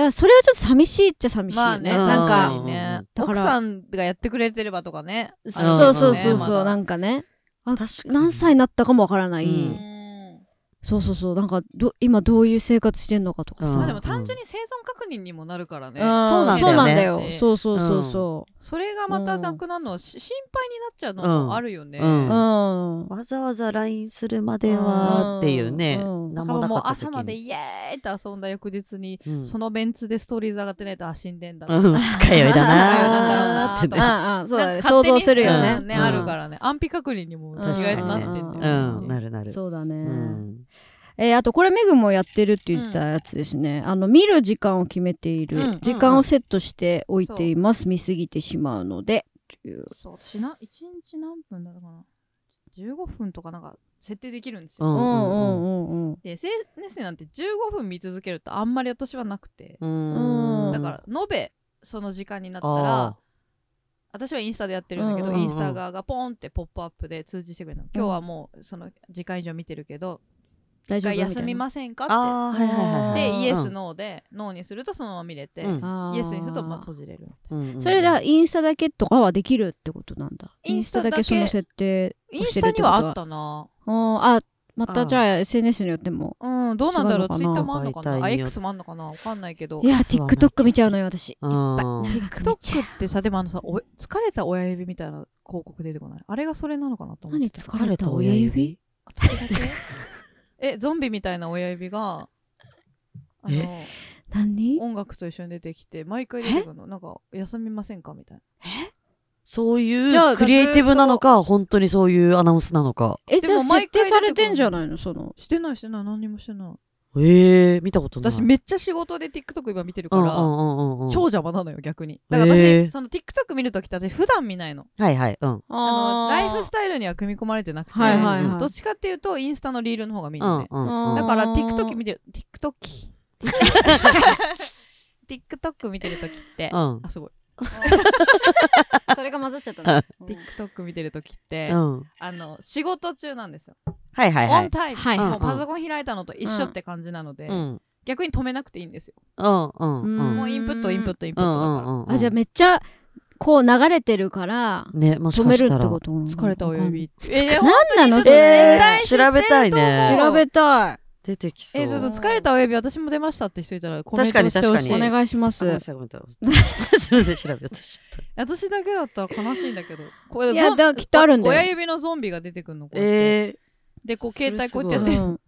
[SPEAKER 2] ん
[SPEAKER 1] らそれはちょっと寂しいっちゃ寂しい
[SPEAKER 2] まあ
[SPEAKER 1] ね
[SPEAKER 2] ね、
[SPEAKER 3] うん
[SPEAKER 1] なん
[SPEAKER 2] 確
[SPEAKER 1] か
[SPEAKER 2] かにね
[SPEAKER 1] だか
[SPEAKER 2] 奥
[SPEAKER 1] ら
[SPEAKER 2] さんがやってくれてればとかねあるよね
[SPEAKER 1] そうそうそうそう、
[SPEAKER 2] まだ
[SPEAKER 1] なんかねあ
[SPEAKER 3] 確かに
[SPEAKER 1] 何歳になったかもわからない、
[SPEAKER 3] うん
[SPEAKER 1] そうそうそうなんかど今どういう生活してんのかとかさ、
[SPEAKER 3] うん
[SPEAKER 2] まあでも単純に生存確認にもなるからね、
[SPEAKER 3] そうなんだよね
[SPEAKER 1] そうなんだよ
[SPEAKER 2] し
[SPEAKER 1] そうそうそうそ
[SPEAKER 2] それがまたなくなるのはし心配になっちゃうのもあるよね、
[SPEAKER 3] うん
[SPEAKER 1] う、
[SPEAKER 3] う
[SPEAKER 1] うん
[SPEAKER 3] わざわざ LINE するまではっていうね、
[SPEAKER 1] うん
[SPEAKER 2] だ
[SPEAKER 3] 何
[SPEAKER 2] か
[SPEAKER 3] も
[SPEAKER 2] ら
[SPEAKER 3] な
[SPEAKER 2] も
[SPEAKER 3] か
[SPEAKER 2] う
[SPEAKER 3] った時
[SPEAKER 2] 朝まで
[SPEAKER 3] に、
[SPEAKER 2] イエーイって遊んだ翌日に、
[SPEAKER 3] うん、
[SPEAKER 2] そのベンツでストーリーズ上がってないとあ死んでんだな、
[SPEAKER 3] うん二日酔いだなーって
[SPEAKER 2] 二日酔いな
[SPEAKER 1] うんうん
[SPEAKER 2] んだろうなーとか
[SPEAKER 3] ね
[SPEAKER 1] そうだ
[SPEAKER 2] なん
[SPEAKER 1] ね
[SPEAKER 2] か
[SPEAKER 1] 想
[SPEAKER 2] 勝手
[SPEAKER 1] 像
[SPEAKER 2] に
[SPEAKER 1] するよね、
[SPEAKER 2] うんね
[SPEAKER 3] うん
[SPEAKER 2] あるからね安否確認にも意外となってんだよ
[SPEAKER 1] 確
[SPEAKER 2] ね
[SPEAKER 1] かに
[SPEAKER 3] うんなるなる
[SPEAKER 1] そうだね、
[SPEAKER 3] うん
[SPEAKER 1] えーあとこれメグもやってるって言ってたやつですね、あの見る時間を決めている、
[SPEAKER 2] うん
[SPEAKER 1] 時間をセットしておいています、見すぎてしまうのでっていう
[SPEAKER 2] そう私な1日何分だったかな15分とかなんか設定できるんです
[SPEAKER 3] う
[SPEAKER 2] よ、
[SPEAKER 1] うんんう
[SPEAKER 3] うん
[SPEAKER 1] んうんうん
[SPEAKER 2] で SNS なんて15分見続けるとあんまり私はなくて、
[SPEAKER 3] うん
[SPEAKER 1] うん
[SPEAKER 2] だから延べその時間になった
[SPEAKER 3] あ
[SPEAKER 2] ら
[SPEAKER 3] ー
[SPEAKER 2] 私はインスタでやってるんだけど、
[SPEAKER 1] うんうんうん
[SPEAKER 2] インスタ側がポンってポップアップで通知してくれるの、今日はもうその時間以上見てるけど
[SPEAKER 1] 大
[SPEAKER 2] 一
[SPEAKER 1] 丈夫
[SPEAKER 2] 回休みませんか
[SPEAKER 3] あーはいはい
[SPEAKER 2] っ
[SPEAKER 3] はい
[SPEAKER 2] て
[SPEAKER 1] あ
[SPEAKER 2] で
[SPEAKER 1] ー
[SPEAKER 2] イエス
[SPEAKER 3] の、
[SPEAKER 2] ノーでノーにするとそのまま見れて、
[SPEAKER 3] うん
[SPEAKER 1] あー
[SPEAKER 2] イエスにするとまあ閉じれる
[SPEAKER 3] うんうん
[SPEAKER 1] それでインスタだけとかはできるってことなんだイ
[SPEAKER 2] イ
[SPEAKER 1] ン
[SPEAKER 2] ン
[SPEAKER 1] ス
[SPEAKER 2] ス
[SPEAKER 1] タ
[SPEAKER 2] タ
[SPEAKER 1] だ
[SPEAKER 2] だけ
[SPEAKER 1] けその設定
[SPEAKER 2] インスタにはあったな
[SPEAKER 1] うんあまた
[SPEAKER 3] あ
[SPEAKER 1] じゃあ SNS によっても
[SPEAKER 2] うんどうなんだろ
[SPEAKER 1] 違うの
[SPEAKER 2] う
[SPEAKER 1] かな
[SPEAKER 2] ツイッターもあんのか
[SPEAKER 3] 媒
[SPEAKER 2] なあ
[SPEAKER 3] 体によって
[SPEAKER 2] X もあんのかなわかんないけど
[SPEAKER 1] いや
[SPEAKER 3] そうなんだ
[SPEAKER 1] TikTok 見ちゃうのよ私
[SPEAKER 3] う
[SPEAKER 1] 長
[SPEAKER 3] ん
[SPEAKER 1] く見ちゃ
[SPEAKER 2] TikTok
[SPEAKER 1] う
[SPEAKER 2] ってさでもあのさお疲れた親指みたいな広告出てこないあれがそれなのかなと思って
[SPEAKER 1] 何疲れた親指
[SPEAKER 2] 私だけ えゾンビみたいな親指があの
[SPEAKER 1] 何
[SPEAKER 2] 音楽と一緒に出てきて毎回出てくるのなんか休みませんかみたいな
[SPEAKER 3] そうい
[SPEAKER 1] じゃあ
[SPEAKER 3] うクリエイティブなのか本当にそういうアナウンスなのか
[SPEAKER 1] えじゃあ
[SPEAKER 2] でも毎
[SPEAKER 1] 設
[SPEAKER 2] 回
[SPEAKER 1] 定されてんじゃないのその
[SPEAKER 2] してないしてない何にもしてない
[SPEAKER 3] ええ見たことない
[SPEAKER 2] 私めっちゃ仕事で TikTok 今見てるか
[SPEAKER 3] うんう
[SPEAKER 2] ら
[SPEAKER 3] んうんうんうん
[SPEAKER 2] 超邪魔なのよ逆にだから私、
[SPEAKER 3] へー
[SPEAKER 2] その TikTok 見るときって私普段見ないの
[SPEAKER 3] はいはいうん
[SPEAKER 2] あのライフ ス
[SPEAKER 1] タ
[SPEAKER 2] タイルには組み込まれてなくて、
[SPEAKER 1] はいはい
[SPEAKER 3] うん
[SPEAKER 1] は
[SPEAKER 2] ど
[SPEAKER 1] い
[SPEAKER 2] っちかっていうとインスタのリールの方が見る
[SPEAKER 3] う
[SPEAKER 2] の
[SPEAKER 3] ん
[SPEAKER 2] ね、
[SPEAKER 3] うんうん
[SPEAKER 2] だから
[SPEAKER 1] あー
[SPEAKER 2] TikTok 見てる TikTok TikTok 見てるときって、
[SPEAKER 3] うん
[SPEAKER 2] あすごい
[SPEAKER 1] それが混ざっちゃったね
[SPEAKER 2] TikTok 見てるときって、
[SPEAKER 3] うん
[SPEAKER 2] あの仕事中なんですよ、
[SPEAKER 3] はいはいは
[SPEAKER 2] オン
[SPEAKER 3] い
[SPEAKER 2] タイム、
[SPEAKER 1] はい
[SPEAKER 3] はい
[SPEAKER 2] もうパソコン開いたのと一緒って感じなので、
[SPEAKER 3] うん
[SPEAKER 2] 逆に止めなくていいんですよ、
[SPEAKER 3] うんうんうん
[SPEAKER 1] うん
[SPEAKER 2] もうインプットインプットインプ
[SPEAKER 3] う
[SPEAKER 2] ッ
[SPEAKER 3] ん
[SPEAKER 2] トだ
[SPEAKER 3] う
[SPEAKER 2] から、
[SPEAKER 3] んうん
[SPEAKER 1] あじゃあめっちゃこう流れてるから
[SPEAKER 3] ねもし
[SPEAKER 1] 止
[SPEAKER 3] か
[SPEAKER 1] めるっ
[SPEAKER 3] してたら
[SPEAKER 1] こと
[SPEAKER 2] 疲れた親指
[SPEAKER 1] え
[SPEAKER 2] え
[SPEAKER 1] ー何なの
[SPEAKER 2] 本当に
[SPEAKER 1] え
[SPEAKER 2] 絶対知ってる
[SPEAKER 3] 調べたい
[SPEAKER 2] と
[SPEAKER 3] ね
[SPEAKER 2] 思
[SPEAKER 1] 調
[SPEAKER 2] う
[SPEAKER 1] べたい
[SPEAKER 3] 出てきそう
[SPEAKER 2] えー、ちょっと疲れた親指私も出ましたって人いたらコメン
[SPEAKER 3] 確
[SPEAKER 2] ト
[SPEAKER 3] かに
[SPEAKER 2] してほし
[SPEAKER 3] 確
[SPEAKER 2] い
[SPEAKER 3] か
[SPEAKER 1] お
[SPEAKER 3] に
[SPEAKER 1] 願いしま
[SPEAKER 3] ごめん
[SPEAKER 1] す
[SPEAKER 3] なさいごめんなさいすいません調べようとしちゃった
[SPEAKER 2] 私だけだったら悲しいんだけどこれ
[SPEAKER 1] いや
[SPEAKER 2] ゾン
[SPEAKER 1] だからきっとあるんだよ
[SPEAKER 2] 親指のゾンビが出てくるのこうやって
[SPEAKER 3] ええ
[SPEAKER 2] でこう携帯こうや
[SPEAKER 1] う
[SPEAKER 2] っ
[SPEAKER 3] そ
[SPEAKER 2] て
[SPEAKER 3] れ
[SPEAKER 2] やっ
[SPEAKER 1] ん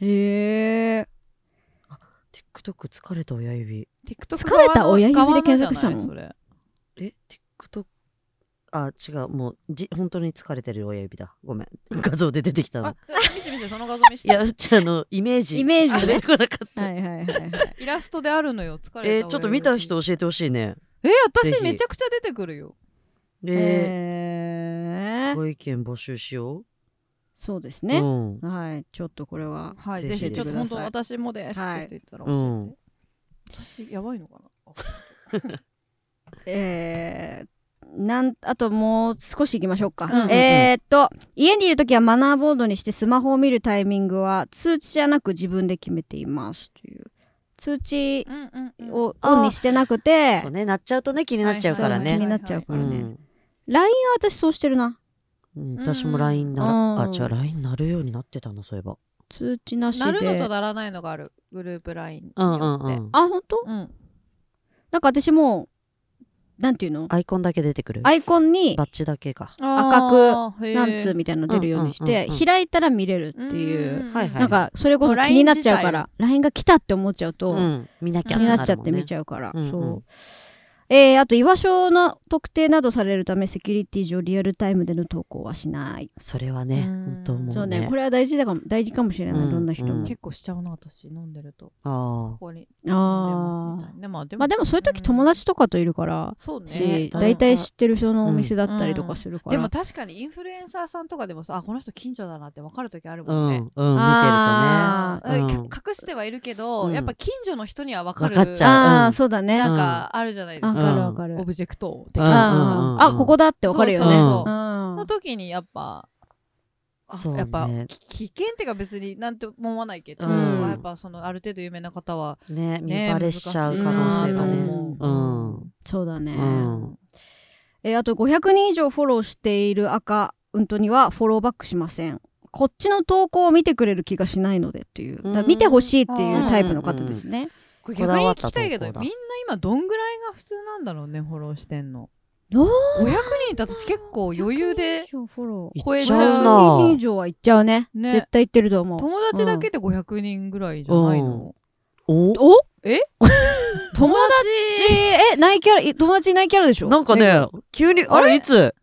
[SPEAKER 1] へえ
[SPEAKER 3] TikTok 疲れた親指
[SPEAKER 2] て TikTok
[SPEAKER 1] 疲れた親指で検索したの
[SPEAKER 2] 側じゃない
[SPEAKER 3] え TikTok あ違うもうじ本当に疲れてる親指だごめん画像で出てきた
[SPEAKER 2] それ
[SPEAKER 3] の
[SPEAKER 2] あ見せて見せてその画像見せ
[SPEAKER 3] いや
[SPEAKER 2] て
[SPEAKER 3] うちあのイメージ
[SPEAKER 1] イメージね
[SPEAKER 3] しか出てこなかった
[SPEAKER 1] はいはいはいはい
[SPEAKER 2] イラストであるのよ疲れた
[SPEAKER 3] えー、ちょっと見た人
[SPEAKER 2] 親
[SPEAKER 3] 教えてほしいね。
[SPEAKER 2] 指え
[SPEAKER 3] ぜひ
[SPEAKER 2] 私めちゃくちゃ出てくるよ
[SPEAKER 3] え
[SPEAKER 1] え
[SPEAKER 3] ー、
[SPEAKER 1] ー
[SPEAKER 3] ご意見募集しよ
[SPEAKER 1] そうです
[SPEAKER 3] う。
[SPEAKER 1] ね
[SPEAKER 3] うん。
[SPEAKER 1] はいちょっとこれは
[SPEAKER 2] はい
[SPEAKER 3] ぜ
[SPEAKER 2] ぜ
[SPEAKER 3] ひ
[SPEAKER 2] ひちょっと本当
[SPEAKER 1] はい
[SPEAKER 2] 私もですって人いたら
[SPEAKER 3] う
[SPEAKER 2] 教え
[SPEAKER 3] ん
[SPEAKER 2] て、私やばいのか
[SPEAKER 1] えーなんあともう少し行きましょうか、
[SPEAKER 3] うんうんうん
[SPEAKER 1] えーっと家にいる時はマナーボードにしてスマホを見るタイミングは通知じゃなく自分で決めていますという通知
[SPEAKER 2] なうんうん
[SPEAKER 1] を
[SPEAKER 3] あー
[SPEAKER 1] オンにしてなくて
[SPEAKER 3] そうね、なっちゃうとね、気になっちゃうから
[SPEAKER 1] そう気
[SPEAKER 3] ね。
[SPEAKER 1] になっちゃうか
[SPEAKER 3] う
[SPEAKER 1] らね、
[SPEAKER 3] ん。
[SPEAKER 1] LINE は私そうしてるな
[SPEAKER 3] うん私も LINE なら、
[SPEAKER 1] うん
[SPEAKER 3] あ、違う、LINE なるようになってたな、そういえば。
[SPEAKER 1] 通知なしで
[SPEAKER 2] なるのとならないのがあるグループラインによって
[SPEAKER 3] うんうんうん。
[SPEAKER 1] あ本当、
[SPEAKER 2] うん
[SPEAKER 1] なんか私もうなんていうの
[SPEAKER 3] アイコンだけ出てくる
[SPEAKER 1] アイコンに
[SPEAKER 3] バッジだけか
[SPEAKER 2] あーへー
[SPEAKER 1] 何通みたいなの出るようにし
[SPEAKER 3] うんうん
[SPEAKER 1] て
[SPEAKER 3] うんうん
[SPEAKER 1] 開いたら見れるっていう
[SPEAKER 3] はいはい
[SPEAKER 1] なんかそれこそ気になっちゃうから LINE が来たって思っちゃうと
[SPEAKER 3] うん見なき
[SPEAKER 1] 気
[SPEAKER 3] ゃ
[SPEAKER 1] になっちゃって見
[SPEAKER 3] 見ゃ
[SPEAKER 1] ちゃうから
[SPEAKER 3] うんうん
[SPEAKER 1] そうえーあと居場所の特定などされるためセキュリティ上リアルタイムでの投稿はしない
[SPEAKER 3] それは
[SPEAKER 2] う
[SPEAKER 3] ね
[SPEAKER 2] ん
[SPEAKER 3] 本当思うね
[SPEAKER 1] そうねこれは大事だかも大事かもしれな
[SPEAKER 3] う
[SPEAKER 1] い
[SPEAKER 3] ん
[SPEAKER 1] どんな人
[SPEAKER 3] うん
[SPEAKER 1] も
[SPEAKER 2] 結構しちゃうな私飲んでると
[SPEAKER 3] あ
[SPEAKER 2] ここに
[SPEAKER 1] あー
[SPEAKER 2] あまあでも
[SPEAKER 1] まあでもそういう時友達とかといるから
[SPEAKER 2] そうね
[SPEAKER 1] し
[SPEAKER 3] うん
[SPEAKER 1] 大体知ってる人のお店だったりとかするから
[SPEAKER 2] でも確かにインフルエンサーさんとかでもさあこの人近所だなって分かる時ある
[SPEAKER 3] あう
[SPEAKER 2] もん
[SPEAKER 3] んう
[SPEAKER 2] ね、
[SPEAKER 3] ん見てるとね
[SPEAKER 1] あ
[SPEAKER 2] え
[SPEAKER 3] うん
[SPEAKER 2] か隠してはいるけど、
[SPEAKER 3] うん
[SPEAKER 2] やっぱ近所の人には分かる
[SPEAKER 3] 分かっちゃう
[SPEAKER 1] あ
[SPEAKER 3] う
[SPEAKER 1] あ
[SPEAKER 3] ん
[SPEAKER 1] そうだね
[SPEAKER 2] なんかあるじゃないで
[SPEAKER 1] わ
[SPEAKER 2] す
[SPEAKER 1] か
[SPEAKER 2] か、
[SPEAKER 1] るわかる
[SPEAKER 2] オブジェクト的
[SPEAKER 3] うんうん
[SPEAKER 2] な、
[SPEAKER 3] うんうん
[SPEAKER 1] あここだってわかるよね
[SPEAKER 2] そう
[SPEAKER 3] そうそううん
[SPEAKER 2] の時にやっぱあ
[SPEAKER 3] そうね
[SPEAKER 2] やっぱき危険っていうか別になんても思わないけど、
[SPEAKER 1] うん
[SPEAKER 2] やっぱそのある程度有名な方は
[SPEAKER 3] ね見
[SPEAKER 2] ね
[SPEAKER 3] バレしちゃう可能性が
[SPEAKER 1] 難しい
[SPEAKER 3] ね
[SPEAKER 1] な
[SPEAKER 3] うん
[SPEAKER 1] そうだね、
[SPEAKER 3] うん
[SPEAKER 1] えーあと500人以上フォローしている赤うんとにはフォローバックしませんこっちの投稿を見てくれる気がしないのでっていうだから見てほしいっていうタイプの方ですね、
[SPEAKER 2] これ逆に聞きたいけどみ
[SPEAKER 3] こだ
[SPEAKER 2] ん
[SPEAKER 3] わった投稿だ
[SPEAKER 2] な今どんぐらいが普通なんだろうねフォローしてんの
[SPEAKER 1] どう
[SPEAKER 2] 500人って私結構余裕
[SPEAKER 1] 500人
[SPEAKER 2] で
[SPEAKER 1] 以上フォロー
[SPEAKER 2] 超えち
[SPEAKER 3] いっち
[SPEAKER 2] ゃ
[SPEAKER 3] ゃ
[SPEAKER 2] う
[SPEAKER 3] うな
[SPEAKER 1] 500人以上はいっちゃうね
[SPEAKER 2] ね
[SPEAKER 1] 絶対いってると思う
[SPEAKER 2] 友達だけで500人ぐらいじゃないの、
[SPEAKER 3] お
[SPEAKER 1] お
[SPEAKER 2] え
[SPEAKER 1] 友達えないキャラい友達いないキャラでしょ
[SPEAKER 3] なんか
[SPEAKER 1] ね
[SPEAKER 3] ね急にあれいつ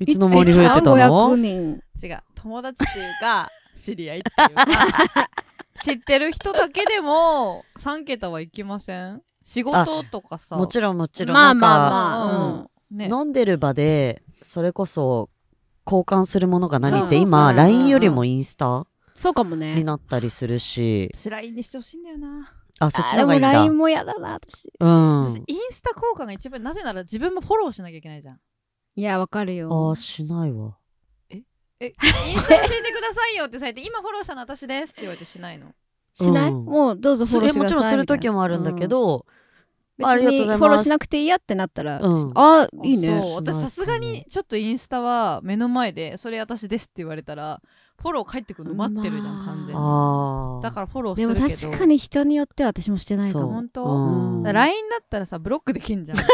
[SPEAKER 3] いつの間に
[SPEAKER 1] い
[SPEAKER 3] 増えて
[SPEAKER 1] 500
[SPEAKER 3] たの
[SPEAKER 1] 人
[SPEAKER 2] 違う友達っていうか知り合いっていうか知ってる人だけでも3桁はいきません仕事とかさ
[SPEAKER 3] もちろんもちろん
[SPEAKER 1] ま
[SPEAKER 3] な
[SPEAKER 1] あ
[SPEAKER 3] ん
[SPEAKER 1] まあ
[SPEAKER 3] か
[SPEAKER 1] まあ、うん
[SPEAKER 2] うんね
[SPEAKER 3] 飲んでる場でそれこそ交換するものが何っ
[SPEAKER 2] そ
[SPEAKER 3] て
[SPEAKER 2] うそうそう
[SPEAKER 3] 今
[SPEAKER 2] うん
[SPEAKER 3] LINE よりもインスタ
[SPEAKER 1] そうかもね
[SPEAKER 3] になったりするし
[SPEAKER 2] 私 LINE にしてほしいんだよな、
[SPEAKER 3] あそっちの方がいいん
[SPEAKER 1] あでも
[SPEAKER 3] だ
[SPEAKER 1] LINE もやだな私
[SPEAKER 3] うん
[SPEAKER 2] 私インスタ効果が一番なぜなら自分もフォローしなきゃいけないじ ゃん
[SPEAKER 1] いやわかる
[SPEAKER 3] あ
[SPEAKER 1] よ
[SPEAKER 3] ーしないわ
[SPEAKER 2] えインスタ教えてくださいよってされて今フォローしたの私ですって言われてしないの
[SPEAKER 1] しない、
[SPEAKER 3] うん
[SPEAKER 1] もうどうぞフォローして
[SPEAKER 3] それ
[SPEAKER 1] く
[SPEAKER 3] も
[SPEAKER 1] だ
[SPEAKER 3] ち
[SPEAKER 1] さい
[SPEAKER 3] ろんする時
[SPEAKER 1] み
[SPEAKER 3] もあるんだけどまあ
[SPEAKER 1] たいな
[SPEAKER 3] あり
[SPEAKER 1] 別
[SPEAKER 3] がとう
[SPEAKER 1] にフ
[SPEAKER 3] ございます
[SPEAKER 1] ォローしなくていいやってなったら、
[SPEAKER 3] うん
[SPEAKER 1] あいいね
[SPEAKER 2] そう
[SPEAKER 3] しない
[SPEAKER 2] 私さすがにちょっとインスタは目の前でそれ私ですって言われたらフォロー返ってくるの待ってるじゃん
[SPEAKER 1] まあ
[SPEAKER 2] 完全に
[SPEAKER 3] あ
[SPEAKER 2] だからフォローす
[SPEAKER 1] で
[SPEAKER 2] る
[SPEAKER 1] も
[SPEAKER 2] けど
[SPEAKER 1] 確かに人によっては私もして
[SPEAKER 3] ら
[SPEAKER 1] ないかも
[SPEAKER 2] 本当
[SPEAKER 1] うん
[SPEAKER 2] だから LINE だったらさブロックでき ん じゃんで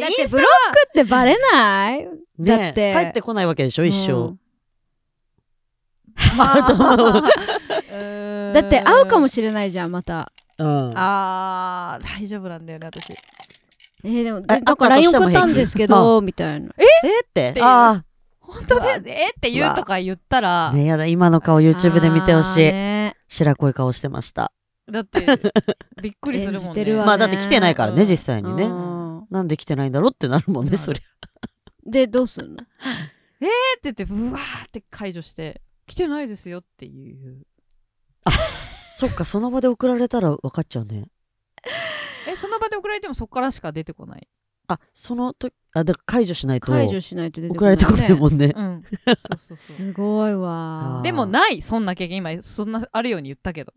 [SPEAKER 2] イ
[SPEAKER 1] だ
[SPEAKER 2] ン
[SPEAKER 1] って
[SPEAKER 2] ス
[SPEAKER 1] ブ
[SPEAKER 2] タ
[SPEAKER 1] ロックってバレないだ
[SPEAKER 3] だ
[SPEAKER 1] っ
[SPEAKER 3] ってて帰ってこないわけでしょ一
[SPEAKER 1] う
[SPEAKER 3] 生
[SPEAKER 1] ん
[SPEAKER 2] ま
[SPEAKER 1] だって会うかも
[SPEAKER 2] し
[SPEAKER 1] しれないじゃんまた
[SPEAKER 3] うん
[SPEAKER 2] あー大丈夫なんだよね私
[SPEAKER 1] えー、でも
[SPEAKER 3] あ
[SPEAKER 1] でなんか LINE 送ったんですけ
[SPEAKER 3] あ
[SPEAKER 1] どみたいな
[SPEAKER 3] えーって
[SPEAKER 2] ていう
[SPEAKER 3] あ
[SPEAKER 2] 本当だよねえって言うとか言ったら
[SPEAKER 3] あねやだ今の顔 YouTube で見てほし
[SPEAKER 1] あー
[SPEAKER 3] い
[SPEAKER 1] ね
[SPEAKER 3] 白濃い顔してました
[SPEAKER 2] だってびっくりす
[SPEAKER 1] 演
[SPEAKER 2] るも
[SPEAKER 1] じ
[SPEAKER 2] ん
[SPEAKER 1] てるわ
[SPEAKER 2] ね
[SPEAKER 3] まあだって来てないからね
[SPEAKER 2] うん
[SPEAKER 3] 実際に
[SPEAKER 1] う
[SPEAKER 3] ね
[SPEAKER 1] ん
[SPEAKER 3] なんで来てないんだろうってなるもん
[SPEAKER 2] な
[SPEAKER 3] ね
[SPEAKER 2] る
[SPEAKER 3] そり
[SPEAKER 1] でどうすんの
[SPEAKER 2] って言ってうわーって解除して来てないですよっていう
[SPEAKER 3] ゃそっかその場で送られたら分かっちゃうね
[SPEAKER 2] えその場で送られてもそっからしか出てこない
[SPEAKER 3] あそのとあだから解除しないと
[SPEAKER 1] 解除しないと出て
[SPEAKER 3] 送られてこない
[SPEAKER 1] ん
[SPEAKER 3] もんね
[SPEAKER 2] うんそうそうそう
[SPEAKER 1] すごいわ
[SPEAKER 3] あ ー
[SPEAKER 2] でもないそんな経験今そんなあるように言ったけど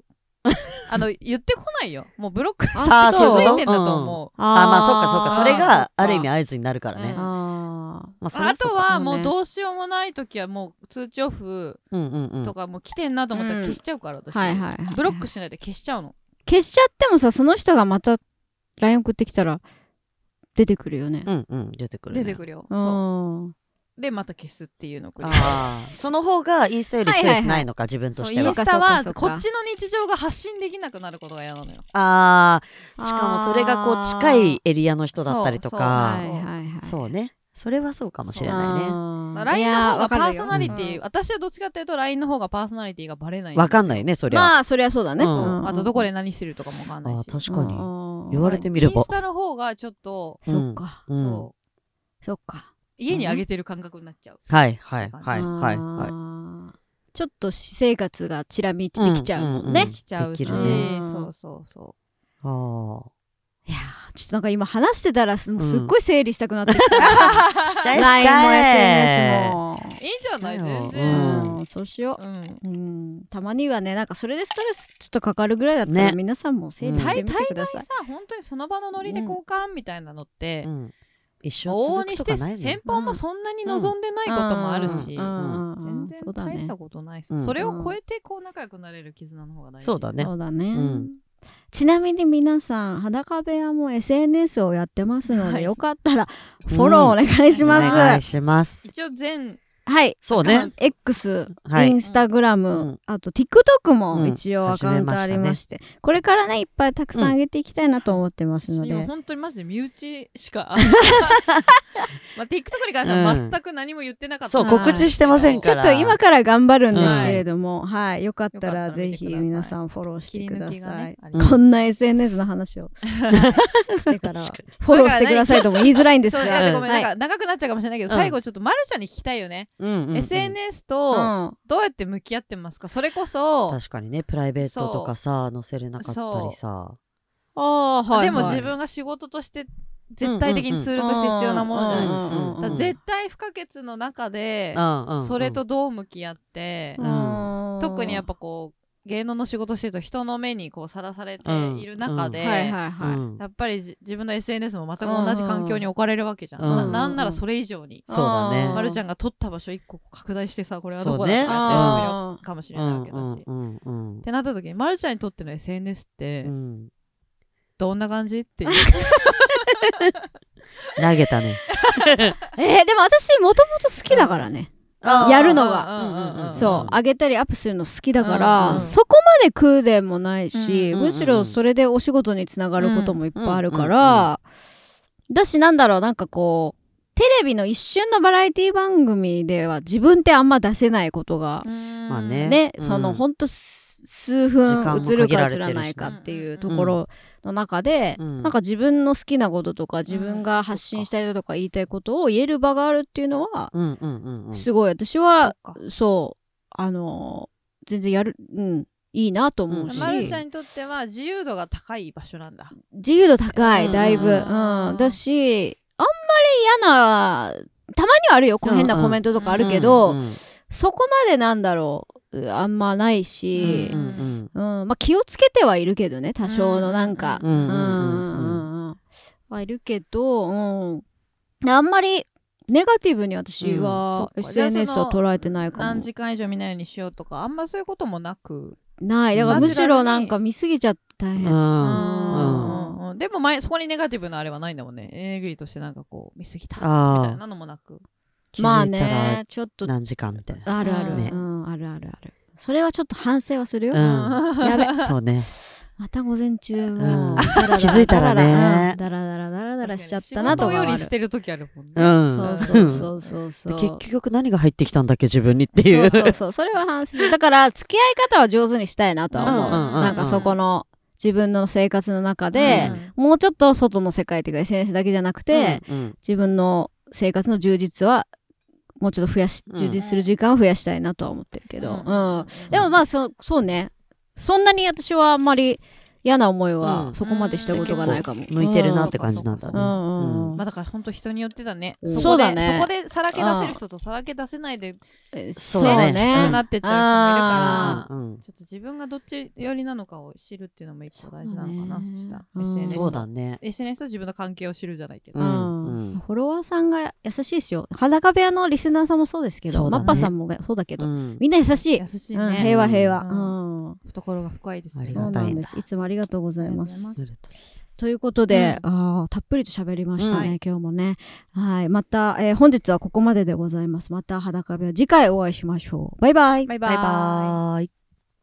[SPEAKER 2] あの言ってこないよもうブロック
[SPEAKER 3] さあ
[SPEAKER 2] 気
[SPEAKER 3] そういう
[SPEAKER 2] づ
[SPEAKER 3] こ
[SPEAKER 2] い
[SPEAKER 3] と
[SPEAKER 2] てんだと思う、
[SPEAKER 3] あまあそっかそっかそれ
[SPEAKER 1] あー
[SPEAKER 3] がある意味合図になるから
[SPEAKER 2] う
[SPEAKER 3] ね
[SPEAKER 2] ん
[SPEAKER 1] あ
[SPEAKER 3] まあそれ
[SPEAKER 2] あ
[SPEAKER 3] はそ
[SPEAKER 2] と
[SPEAKER 3] うか
[SPEAKER 2] はもうどうしようもない時はもう通知オフ
[SPEAKER 3] うんうんうん
[SPEAKER 2] とかもう来てんなと思ったら消しちゃうから
[SPEAKER 1] ー
[SPEAKER 2] 私、
[SPEAKER 1] はいはいはい
[SPEAKER 2] ブロックしないで消しちゃうの
[SPEAKER 1] 消しちゃってもさその人がまた LINE 送ってきたら出てくるよね
[SPEAKER 3] うんうん出てくる
[SPEAKER 2] 出て
[SPEAKER 3] る
[SPEAKER 2] くるよ、
[SPEAKER 1] う
[SPEAKER 2] そ
[SPEAKER 1] ん
[SPEAKER 2] うでまた消すっていうのを繰り返す
[SPEAKER 3] ああその方がインスタよりストレスないのか自分
[SPEAKER 2] そ
[SPEAKER 3] と
[SPEAKER 2] う
[SPEAKER 3] し
[SPEAKER 2] イ
[SPEAKER 3] ては
[SPEAKER 2] ン
[SPEAKER 1] そ
[SPEAKER 2] ス
[SPEAKER 1] うか
[SPEAKER 2] タは
[SPEAKER 1] そうか
[SPEAKER 2] こっちの日常が発信できなくなることが嫌なのよ
[SPEAKER 3] ああしかもそれがこう近いエリアの人だったりと
[SPEAKER 1] は
[SPEAKER 2] そ
[SPEAKER 1] い
[SPEAKER 2] う
[SPEAKER 3] か
[SPEAKER 1] はいはい
[SPEAKER 3] そうねそれはそうかもしれないね
[SPEAKER 1] あー
[SPEAKER 2] LINE の方がパーソナリ
[SPEAKER 1] いやわ
[SPEAKER 2] テ
[SPEAKER 1] かる
[SPEAKER 2] ィ
[SPEAKER 1] よ
[SPEAKER 2] 私はどっちかっていうと LINE の方がパーソナリティがバレない
[SPEAKER 3] わかんないいねそりゃ
[SPEAKER 1] まあそりゃそうだね
[SPEAKER 3] うん
[SPEAKER 1] そう
[SPEAKER 3] うん
[SPEAKER 2] あとどこ
[SPEAKER 1] で
[SPEAKER 2] で何してるとかもわかん
[SPEAKER 3] あ
[SPEAKER 2] ないし
[SPEAKER 3] ー確かに
[SPEAKER 1] れ
[SPEAKER 3] 言われてみれ
[SPEAKER 2] イン
[SPEAKER 3] ば
[SPEAKER 2] スタの方がちょっと、
[SPEAKER 3] うん
[SPEAKER 1] そっか
[SPEAKER 3] うん
[SPEAKER 2] そう
[SPEAKER 1] そっか
[SPEAKER 2] 家にあげてる感覚になっちゃう、
[SPEAKER 3] はいはいはいはいはい
[SPEAKER 1] いちょっと私生活がちら見できちゃうもんね
[SPEAKER 3] うんうんうん
[SPEAKER 2] 来ちゃうし、
[SPEAKER 3] でき
[SPEAKER 1] るね
[SPEAKER 2] そうそう そ
[SPEAKER 3] あー
[SPEAKER 1] いやーちょっとなんか今話してたらすもうすっごい整理したくなってきた
[SPEAKER 3] しちゃえし
[SPEAKER 1] LINE
[SPEAKER 3] ち
[SPEAKER 1] も
[SPEAKER 3] ゃえ
[SPEAKER 1] SNS も
[SPEAKER 2] ういいじゃない
[SPEAKER 3] だよ
[SPEAKER 2] 全
[SPEAKER 3] う
[SPEAKER 2] 然、
[SPEAKER 3] ん
[SPEAKER 1] うんそうしよう
[SPEAKER 2] うん
[SPEAKER 1] うん、たまにはねなんかそれでストレスちょっとかかるぐらいだったら、
[SPEAKER 3] ね
[SPEAKER 1] 皆さんも整理してみてください
[SPEAKER 2] さ。本当にその場のノリで交換みたいなのって、
[SPEAKER 3] うん一生
[SPEAKER 2] 往々
[SPEAKER 3] 続
[SPEAKER 2] に
[SPEAKER 3] く
[SPEAKER 2] し
[SPEAKER 3] と
[SPEAKER 2] て
[SPEAKER 3] かない
[SPEAKER 2] 先
[SPEAKER 3] ね
[SPEAKER 2] 方もそんなに望んでないこともあるし、
[SPEAKER 1] うんうんうんうん
[SPEAKER 2] 全然
[SPEAKER 1] そうだ
[SPEAKER 2] 大し
[SPEAKER 1] ね
[SPEAKER 2] た。ことないし、
[SPEAKER 3] うん
[SPEAKER 2] それを超えてこう仲良くなれる絆の方が大事
[SPEAKER 3] そうだね
[SPEAKER 1] そうだね、
[SPEAKER 3] うん
[SPEAKER 1] ちなみに皆さん裸部屋も SNS をやってますので、
[SPEAKER 2] はい
[SPEAKER 1] よかったらフォローお願いし
[SPEAKER 2] お
[SPEAKER 1] ま
[SPEAKER 3] お願い
[SPEAKER 1] す、
[SPEAKER 3] します。
[SPEAKER 2] 一応全
[SPEAKER 1] はい
[SPEAKER 3] そうね。
[SPEAKER 1] X、
[SPEAKER 3] はい
[SPEAKER 1] インスタグラム、
[SPEAKER 3] うん
[SPEAKER 1] あと TikTok
[SPEAKER 3] う
[SPEAKER 1] も
[SPEAKER 3] ん
[SPEAKER 1] 一応アカウントありまして、これからねいっぱいたくさ
[SPEAKER 3] うんん
[SPEAKER 1] 上げていきたいなと思ってますので、
[SPEAKER 2] 今本当にマジで身内しかまあ TikTok に関しては全く何も言ってなかった、
[SPEAKER 3] そう、
[SPEAKER 1] はい
[SPEAKER 3] 告知してません
[SPEAKER 1] ち
[SPEAKER 3] か
[SPEAKER 1] ょっ
[SPEAKER 3] ら。
[SPEAKER 1] と今から頑張るんですけれども、はい、よかったらぜひ
[SPEAKER 2] よかったら見てください
[SPEAKER 1] 皆さんフォローし
[SPEAKER 2] 切
[SPEAKER 1] て
[SPEAKER 2] り
[SPEAKER 1] くださ
[SPEAKER 2] 抜き
[SPEAKER 1] い。
[SPEAKER 2] がねあります
[SPEAKER 1] こんな SNS の話 をしてからフ
[SPEAKER 3] 確か
[SPEAKER 1] ォローしてくださいとも言いづらいんです
[SPEAKER 2] そうい
[SPEAKER 1] が、
[SPEAKER 2] やでごめん、
[SPEAKER 1] は
[SPEAKER 2] なんか長くなっちゃうかもしれないけど、
[SPEAKER 3] うん
[SPEAKER 2] 最後ちょっとマルシャに聞きたいよね、
[SPEAKER 3] うんうんうん
[SPEAKER 2] SNS と
[SPEAKER 1] うん
[SPEAKER 2] どうやって向き合ってますかそれこそ
[SPEAKER 3] 確かにね、プライベートとかさ、載せれなかったりさ。
[SPEAKER 1] ああはい
[SPEAKER 2] でも
[SPEAKER 1] はい
[SPEAKER 2] 自分が仕事として絶対的にツールとして必要なものじゃない、
[SPEAKER 1] うんうんうんうん
[SPEAKER 2] だから絶対不可欠の中で、
[SPEAKER 3] うんうんうん
[SPEAKER 2] それと、どう向き合って、
[SPEAKER 1] うん
[SPEAKER 2] 特にやっぱこう芸能の仕事してると人の目にこうさらされている中で、
[SPEAKER 1] はいはいはい、
[SPEAKER 3] うん
[SPEAKER 2] やっぱりじ自分の SNS も全く同じ環境に置かれるわけじゃん、
[SPEAKER 3] うん
[SPEAKER 2] ななんならそれ以上に、
[SPEAKER 3] そうだね
[SPEAKER 1] あー
[SPEAKER 2] まるちゃんが撮った場所一個拡大してさこれはどこだとかやって
[SPEAKER 3] そうね
[SPEAKER 1] あー
[SPEAKER 2] みるかもしれ
[SPEAKER 3] う
[SPEAKER 2] ない
[SPEAKER 3] ん
[SPEAKER 2] わけだし、っ
[SPEAKER 3] うんうん
[SPEAKER 2] てなった時にまるちゃんにとっての SNS って
[SPEAKER 3] うん。
[SPEAKER 2] どんな感じっていう
[SPEAKER 3] 投げたね。
[SPEAKER 1] えーでも私もともと好きだからね、 やるのが
[SPEAKER 2] うんうんうんん
[SPEAKER 1] そう上げたりアップするの好きだから、
[SPEAKER 2] うんうん
[SPEAKER 1] そこまで食うでもないし、
[SPEAKER 3] うん
[SPEAKER 1] むしろそれでお仕事につながることもいっぱいあるから、
[SPEAKER 3] うん
[SPEAKER 1] だしなんだろうなんかこうテレビの一瞬のバラエティ番組では自分ってあんま出せないことが、
[SPEAKER 2] ま
[SPEAKER 3] あね
[SPEAKER 1] ね、
[SPEAKER 3] うん
[SPEAKER 1] そのほんとす数
[SPEAKER 3] 時間
[SPEAKER 1] 分
[SPEAKER 3] も
[SPEAKER 1] 映る
[SPEAKER 3] 限ら
[SPEAKER 1] か映
[SPEAKER 3] れてるし
[SPEAKER 1] ら
[SPEAKER 3] ね
[SPEAKER 1] ないかっていうところの中で、
[SPEAKER 3] うん
[SPEAKER 1] なんか自分の好きなこととか自分が発信したいこととか言いたいことを言える場があるっていうのは
[SPEAKER 3] うんうんうんうん。
[SPEAKER 1] すごい私は
[SPEAKER 2] か
[SPEAKER 1] そう、あのー全然やる、うん、いいなと思うし、
[SPEAKER 3] ん
[SPEAKER 2] まるちゃんにとっては自由度が高い場所なんだ
[SPEAKER 1] 自由度高い、
[SPEAKER 3] うん
[SPEAKER 1] だいぶ、
[SPEAKER 2] うん
[SPEAKER 1] うん、だし、あんまり嫌な、たまにはあるよ、こう
[SPEAKER 3] うん
[SPEAKER 1] 変なコメントとかあるけど、そこまでなんだろう、あんまないし、
[SPEAKER 3] うんうん
[SPEAKER 1] うんまあ、気をつけてはいるけどね、多少のなんか、
[SPEAKER 3] うんうん
[SPEAKER 1] う
[SPEAKER 3] うん
[SPEAKER 1] うん
[SPEAKER 3] んうん
[SPEAKER 1] うんはいるけど、うん、あんまり、ネガティブに私は
[SPEAKER 2] うんそっかじゃあ
[SPEAKER 1] SNS
[SPEAKER 2] その
[SPEAKER 1] を捉えてないかも。
[SPEAKER 2] 何時間以上見ないようにしようとかあんまそういうこともなく、
[SPEAKER 1] ない。だからむ
[SPEAKER 2] ナチュラル
[SPEAKER 1] し
[SPEAKER 2] に
[SPEAKER 1] ろなんか見すぎちゃって大
[SPEAKER 3] う。
[SPEAKER 1] 変。
[SPEAKER 2] うんんうんでも前そこにネガティブなあれはないんだもんねエネルギーとしてなんかこう見過ぎたみ
[SPEAKER 3] あー
[SPEAKER 2] たいなのもなく
[SPEAKER 3] 気
[SPEAKER 1] まあ
[SPEAKER 3] づいたら
[SPEAKER 1] ね、ちょっと、
[SPEAKER 3] 何時間みたいな。
[SPEAKER 1] あるある、
[SPEAKER 3] ね
[SPEAKER 1] うん、あるあるある。それはちょっと反省はするよ。
[SPEAKER 3] う
[SPEAKER 1] やべ、
[SPEAKER 3] そうね。
[SPEAKER 1] また午前中
[SPEAKER 3] う
[SPEAKER 1] も
[SPEAKER 3] ん
[SPEAKER 1] ダラダラ
[SPEAKER 3] 気づいたらね
[SPEAKER 1] うんダラダラダラダラしちゃったな
[SPEAKER 2] 仕
[SPEAKER 1] と
[SPEAKER 2] 事
[SPEAKER 1] か
[SPEAKER 2] よ
[SPEAKER 1] はあ
[SPEAKER 2] り
[SPEAKER 1] る
[SPEAKER 2] し。てる時あるもんね、
[SPEAKER 3] うん。
[SPEAKER 1] そう
[SPEAKER 3] う
[SPEAKER 1] そうんそうそうそう
[SPEAKER 3] で。結局何が入ってきたんだっけ自分にってい
[SPEAKER 1] そう
[SPEAKER 3] う。
[SPEAKER 1] そうそう。それは反省。だから、付き合い方は上手にしたいなとは思う。
[SPEAKER 3] うんうんうんうん
[SPEAKER 1] なんかそこの自分の生活の中で、もうちょっと外の世界っていうか SNS だけじゃなくて、
[SPEAKER 3] うんうん
[SPEAKER 1] 自分の生活の充実はもうちょっと増やし
[SPEAKER 3] うん
[SPEAKER 1] 充実する時間を増やしたいなとは思ってるけ
[SPEAKER 2] け
[SPEAKER 1] ど、うんで
[SPEAKER 2] で
[SPEAKER 1] も
[SPEAKER 2] も
[SPEAKER 1] まあそそうねそんなに私はあんまり嫌な思いは
[SPEAKER 3] うん
[SPEAKER 1] そこまでしたことがないかも、
[SPEAKER 3] 向いてるなっ
[SPEAKER 2] と
[SPEAKER 3] て感じなんだね。
[SPEAKER 1] うんうんうん
[SPEAKER 2] まあだから本当人によってだね
[SPEAKER 3] うん
[SPEAKER 2] こで
[SPEAKER 1] そうだね
[SPEAKER 2] そこでさらけ出せる人とさらけ出せないで
[SPEAKER 1] えそ
[SPEAKER 3] そうう
[SPEAKER 1] ね
[SPEAKER 3] だね
[SPEAKER 2] 人になってっちゃう人もいるか
[SPEAKER 3] うんうん
[SPEAKER 2] らちょっと自分がどっち寄りなのかを知るっていうのも一個大事なのかな
[SPEAKER 1] そう
[SPEAKER 2] そ
[SPEAKER 1] ね
[SPEAKER 2] したら
[SPEAKER 1] うん
[SPEAKER 2] SNS
[SPEAKER 3] そうだ
[SPEAKER 2] と
[SPEAKER 3] ね。
[SPEAKER 2] SNS と自分の関係を知るじゃないけど
[SPEAKER 1] う
[SPEAKER 3] うんんうん
[SPEAKER 1] フォロワーさんが優しいですよ裸部屋のリスナーさんもそうですけ
[SPEAKER 3] そ
[SPEAKER 1] ど、
[SPEAKER 3] うだ
[SPEAKER 1] マ
[SPEAKER 3] ね
[SPEAKER 1] ッパさんもそうだけど、
[SPEAKER 3] うん
[SPEAKER 1] みんな優しい
[SPEAKER 2] 優しい
[SPEAKER 1] うん
[SPEAKER 2] ね
[SPEAKER 1] 平和平和、
[SPEAKER 2] う
[SPEAKER 1] うん
[SPEAKER 2] 懐が深いですよ
[SPEAKER 3] あり
[SPEAKER 1] そう
[SPEAKER 3] が
[SPEAKER 1] な
[SPEAKER 3] たい
[SPEAKER 1] ん
[SPEAKER 3] んだ
[SPEAKER 1] ですいつもありがとうございま
[SPEAKER 2] ありがとうございますす
[SPEAKER 1] ということで、あーたっぷりと喋りましたね、
[SPEAKER 2] う
[SPEAKER 1] 今日もね。はい。また、えー本日はここまででございます。また裸部屋、次回お会いしましょう。バイバイ。
[SPEAKER 2] バイバ
[SPEAKER 3] バイ
[SPEAKER 2] ーイ
[SPEAKER 3] バーイ。